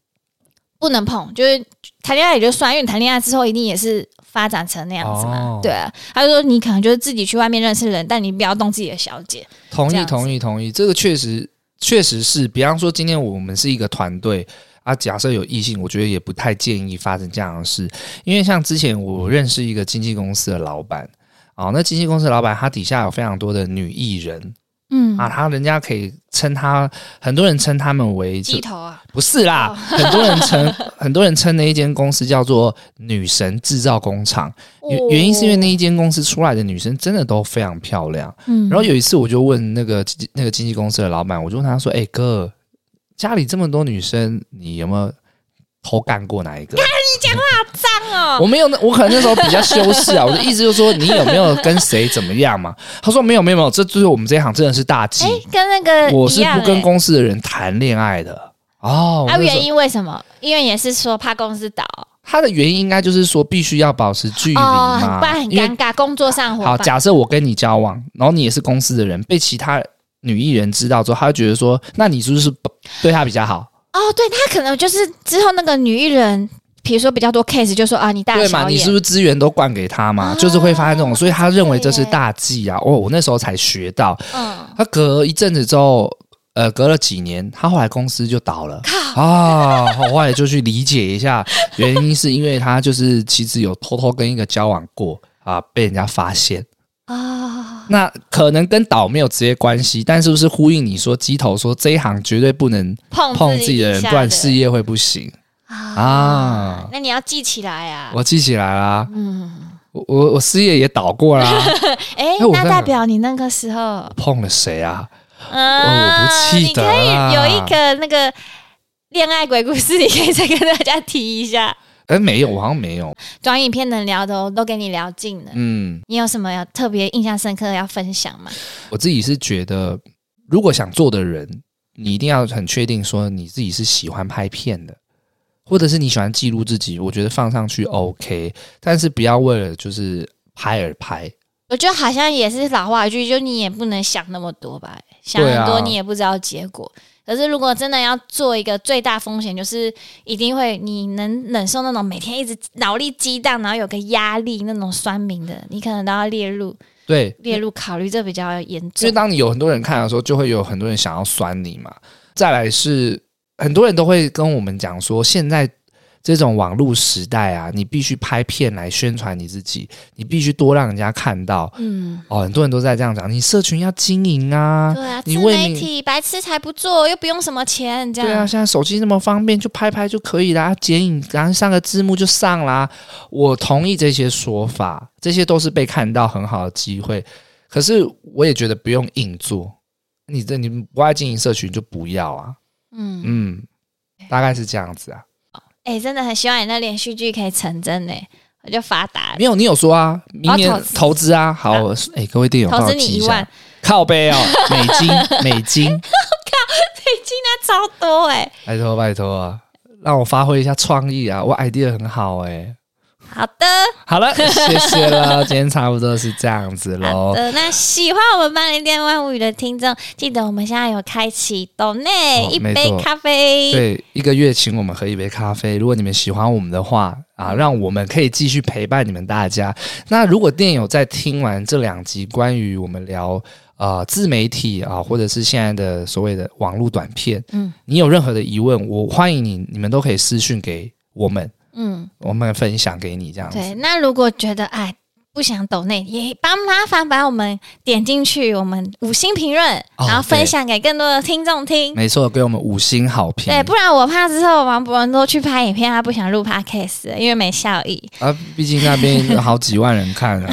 Speaker 1: 不能碰，就是谈恋爱也就算，因为你谈恋爱之后一定也是发展成那样子嘛，
Speaker 2: 哦
Speaker 1: 对啊。他就说你可能就是自己去外面认识人，但你不要动自己的小姐，
Speaker 2: 同
Speaker 1: 这
Speaker 2: 意
Speaker 1: 样子
Speaker 2: 同意同意，这个确实确实是，比方说今天我们是一个团队。啊，假设有异性，我觉得也不太建议发生这样的事，因为像之前我认识一个经纪公司的老板，哦，那经纪公司的老板他底下有非常多的女艺人，
Speaker 1: 嗯，
Speaker 2: 啊，他人家可以称他，很多人称他们为
Speaker 1: 鸡头啊，
Speaker 2: 不是啦，很多人称很多人称那一间公司叫做女神制造工厂，原
Speaker 1: 哦
Speaker 2: 原因是因为那一间公司出来的女生真的都非常漂亮。
Speaker 1: 嗯
Speaker 2: 然后有一次我就问那个那个经纪公司的老板，我就问他说：“哎、哥，家里这么多女生，你有没有偷干过哪一 个？”
Speaker 1: 哦，
Speaker 2: 我没有那，我可能那时候比较羞涩啊。我 的意思就是说，你有没有跟谁怎么样嘛？他说没有没有没有，这就是我们这一行真的是大忌。
Speaker 1: 哎，跟那个
Speaker 2: 我
Speaker 1: 一
Speaker 2: 是
Speaker 1: 样
Speaker 2: 不跟
Speaker 1: 欸
Speaker 2: 公司的人谈恋爱的哦。
Speaker 1: 啊，
Speaker 2: 我那时候
Speaker 1: 原因为什么？因为也是说怕公司倒
Speaker 2: 他的原因应该就是说必须要保持距离
Speaker 1: 哦，
Speaker 2: 嘛，
Speaker 1: 不然很
Speaker 2: 因为
Speaker 1: 尴尬，工作上伙
Speaker 2: 好，
Speaker 1: 伴
Speaker 2: 假设我跟你交往，然后你也是公司的人，被其他女艺人知道之后，他就觉得说，那你是不是不对他比较好？
Speaker 1: 哦，对他可能就是之后那个女艺人，比如说比较多 case，就说啊，你大
Speaker 2: 对嘛？
Speaker 1: 小
Speaker 2: 你是不
Speaker 1: 眼。
Speaker 2: 是资源都灌给他嘛？
Speaker 1: 啊
Speaker 2: 就是会发生这种，所以他认为这
Speaker 1: 对
Speaker 2: 是
Speaker 1: 耶
Speaker 2: 大忌啊！哦，我那时候才学到，
Speaker 1: 嗯，
Speaker 2: 他隔一阵子之后，呃，隔了几年，他后来公司就倒了。啊，我后来就去理解一下，原因是因为他就是其实有偷偷跟一个交往过啊，被人家发现。
Speaker 1: 啊，
Speaker 2: 那可能跟倒没有直接关系，但是不是呼应你说鸡头说这一行绝对不能
Speaker 1: 碰
Speaker 2: 碰自己的人，
Speaker 1: 下
Speaker 2: 不然事业会不行啊！
Speaker 1: 那你要记起来啊。
Speaker 2: 我记起来啦，
Speaker 1: 嗯，
Speaker 2: 我我我事业也倒过啦，
Speaker 1: 哎、
Speaker 2: 哎我
Speaker 1: 那
Speaker 2: 在
Speaker 1: 代表你那个时候，
Speaker 2: 碰了谁啊？
Speaker 1: 嗯，
Speaker 2: 我不记得啦
Speaker 1: 你可以有一个那个恋爱鬼故事，你可以再跟大家提一下。
Speaker 2: 哎，没有，我好像没有。
Speaker 1: 短影片能聊的，我都给你聊尽了。
Speaker 2: 嗯，
Speaker 1: 你有什么要特别印象深刻的要分享吗？
Speaker 2: 我自己是觉得，如果想做的人，你一定要很确定说你自己是喜欢拍片的，或者是你喜欢记录自己，我觉得放上去 OK，但是不要为了就是拍而拍。
Speaker 1: 我觉得好像也是老话一句，就你也不能想那么多吧，想
Speaker 2: 对
Speaker 1: 很
Speaker 2: 啊
Speaker 1: 多你也不知道结果。可是如果真的要做一个最大风险，就是一定会你能忍受那种每天一直脑力激荡，然后有个压力那种酸民的，你可能都要列入
Speaker 2: 对，
Speaker 1: 列入考虑，这比较严
Speaker 2: 因为
Speaker 1: 重。
Speaker 2: 当你有很多人看的时候，就会有很多人想要酸你嘛。再来是很多人都会跟我们讲说，现在这种网络时代啊，你必须拍片来宣传你自己，你必须多让人家看到。
Speaker 1: 嗯，
Speaker 2: 哦，很多人都在这样讲，你社群要经营啊。
Speaker 1: 对啊，
Speaker 2: 你
Speaker 1: 自
Speaker 2: 为
Speaker 1: 媒
Speaker 2: 你
Speaker 1: 体白痴才不做，又不用什么钱，这
Speaker 2: 对啊，
Speaker 1: 样。
Speaker 2: 现在手机那么方便，就拍拍就可以啦，剪影然后上个字幕就上啦。我同意这些说法，这些都是被看到很好的机会。可是我也觉得不用硬做，你这你不爱经营社群就不要啊。
Speaker 1: 嗯，
Speaker 2: 嗯，大概是这样子啊。
Speaker 1: 哎、真的很希望你那连续剧可以成真呢、我就发达了
Speaker 2: 没。有，你有说啊，明年
Speaker 1: 哦投资
Speaker 2: 投资啊，好，哎、各位店友，
Speaker 1: 投
Speaker 2: 帮我
Speaker 1: 资
Speaker 2: 记
Speaker 1: 你一
Speaker 2: 下
Speaker 1: 万，
Speaker 2: 靠背哦，美金，美金，
Speaker 1: 那超多哎、
Speaker 2: 拜托拜托啊，让我发挥一下创意啊，我 idea 很好哎、
Speaker 1: 好的，
Speaker 2: 好了， 谢谢了，今天差不多是这样子
Speaker 1: 好
Speaker 2: 喽。
Speaker 1: 的。那喜欢我们八零电万物语的听众，记得我们现在有开启抖内、
Speaker 2: 哦
Speaker 1: 一
Speaker 2: 没
Speaker 1: 杯
Speaker 2: 错
Speaker 1: 咖啡。
Speaker 2: 对，一个月请我们喝一杯咖啡。如果你们喜欢我们的话
Speaker 1: 嗯
Speaker 2: 啊，让我们可以继续陪伴你们大家。那如果电友在听完这两集关于我们聊呃自媒体啊，或者是现在的所谓的网络短片，
Speaker 1: 嗯
Speaker 2: 嗯，你有任何的疑问，我欢迎你，你们都可以私讯给我们，
Speaker 1: 嗯，
Speaker 2: 我们分享给你这样子。
Speaker 1: 对。那如果觉得哎不想抖内，也帮麻烦把我们点进去，我们五星评论，
Speaker 2: 哦
Speaker 1: 然后分
Speaker 2: 对
Speaker 1: 享给更多的听众听。
Speaker 2: 没错，给我们五星好评。
Speaker 1: 对，不然我怕之后王博文都去拍影片，他不想录 podcast，了因为没效益。
Speaker 2: 啊，毕竟那边有好几万人 看啊，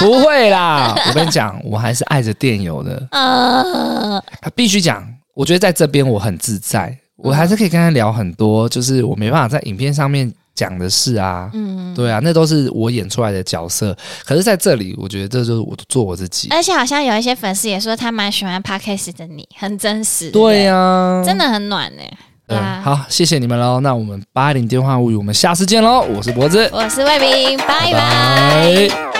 Speaker 2: 不会啦！我跟你讲，我还是爱着电友的，
Speaker 1: 呃，
Speaker 2: 啊必须讲。我觉得在这边我很自在，我还是可以跟他聊很多，就是我没办法在影片上面讲的事啊，
Speaker 1: 嗯，
Speaker 2: 对啊，那都是我演出来的角色。可是在这里，我觉得这就是我做我自己。
Speaker 1: 而且好像有一些粉丝也说他蛮喜欢 podcast 的你，很真实。
Speaker 2: 对呀、啊
Speaker 1: 不对，真的很暖呢、对
Speaker 2: 嗯，
Speaker 1: 啊，
Speaker 2: 好，谢谢你们喽。那我们八零电话物语，我们下次见喽。我是脖子，
Speaker 1: 我是魏斌，拜拜
Speaker 2: 拜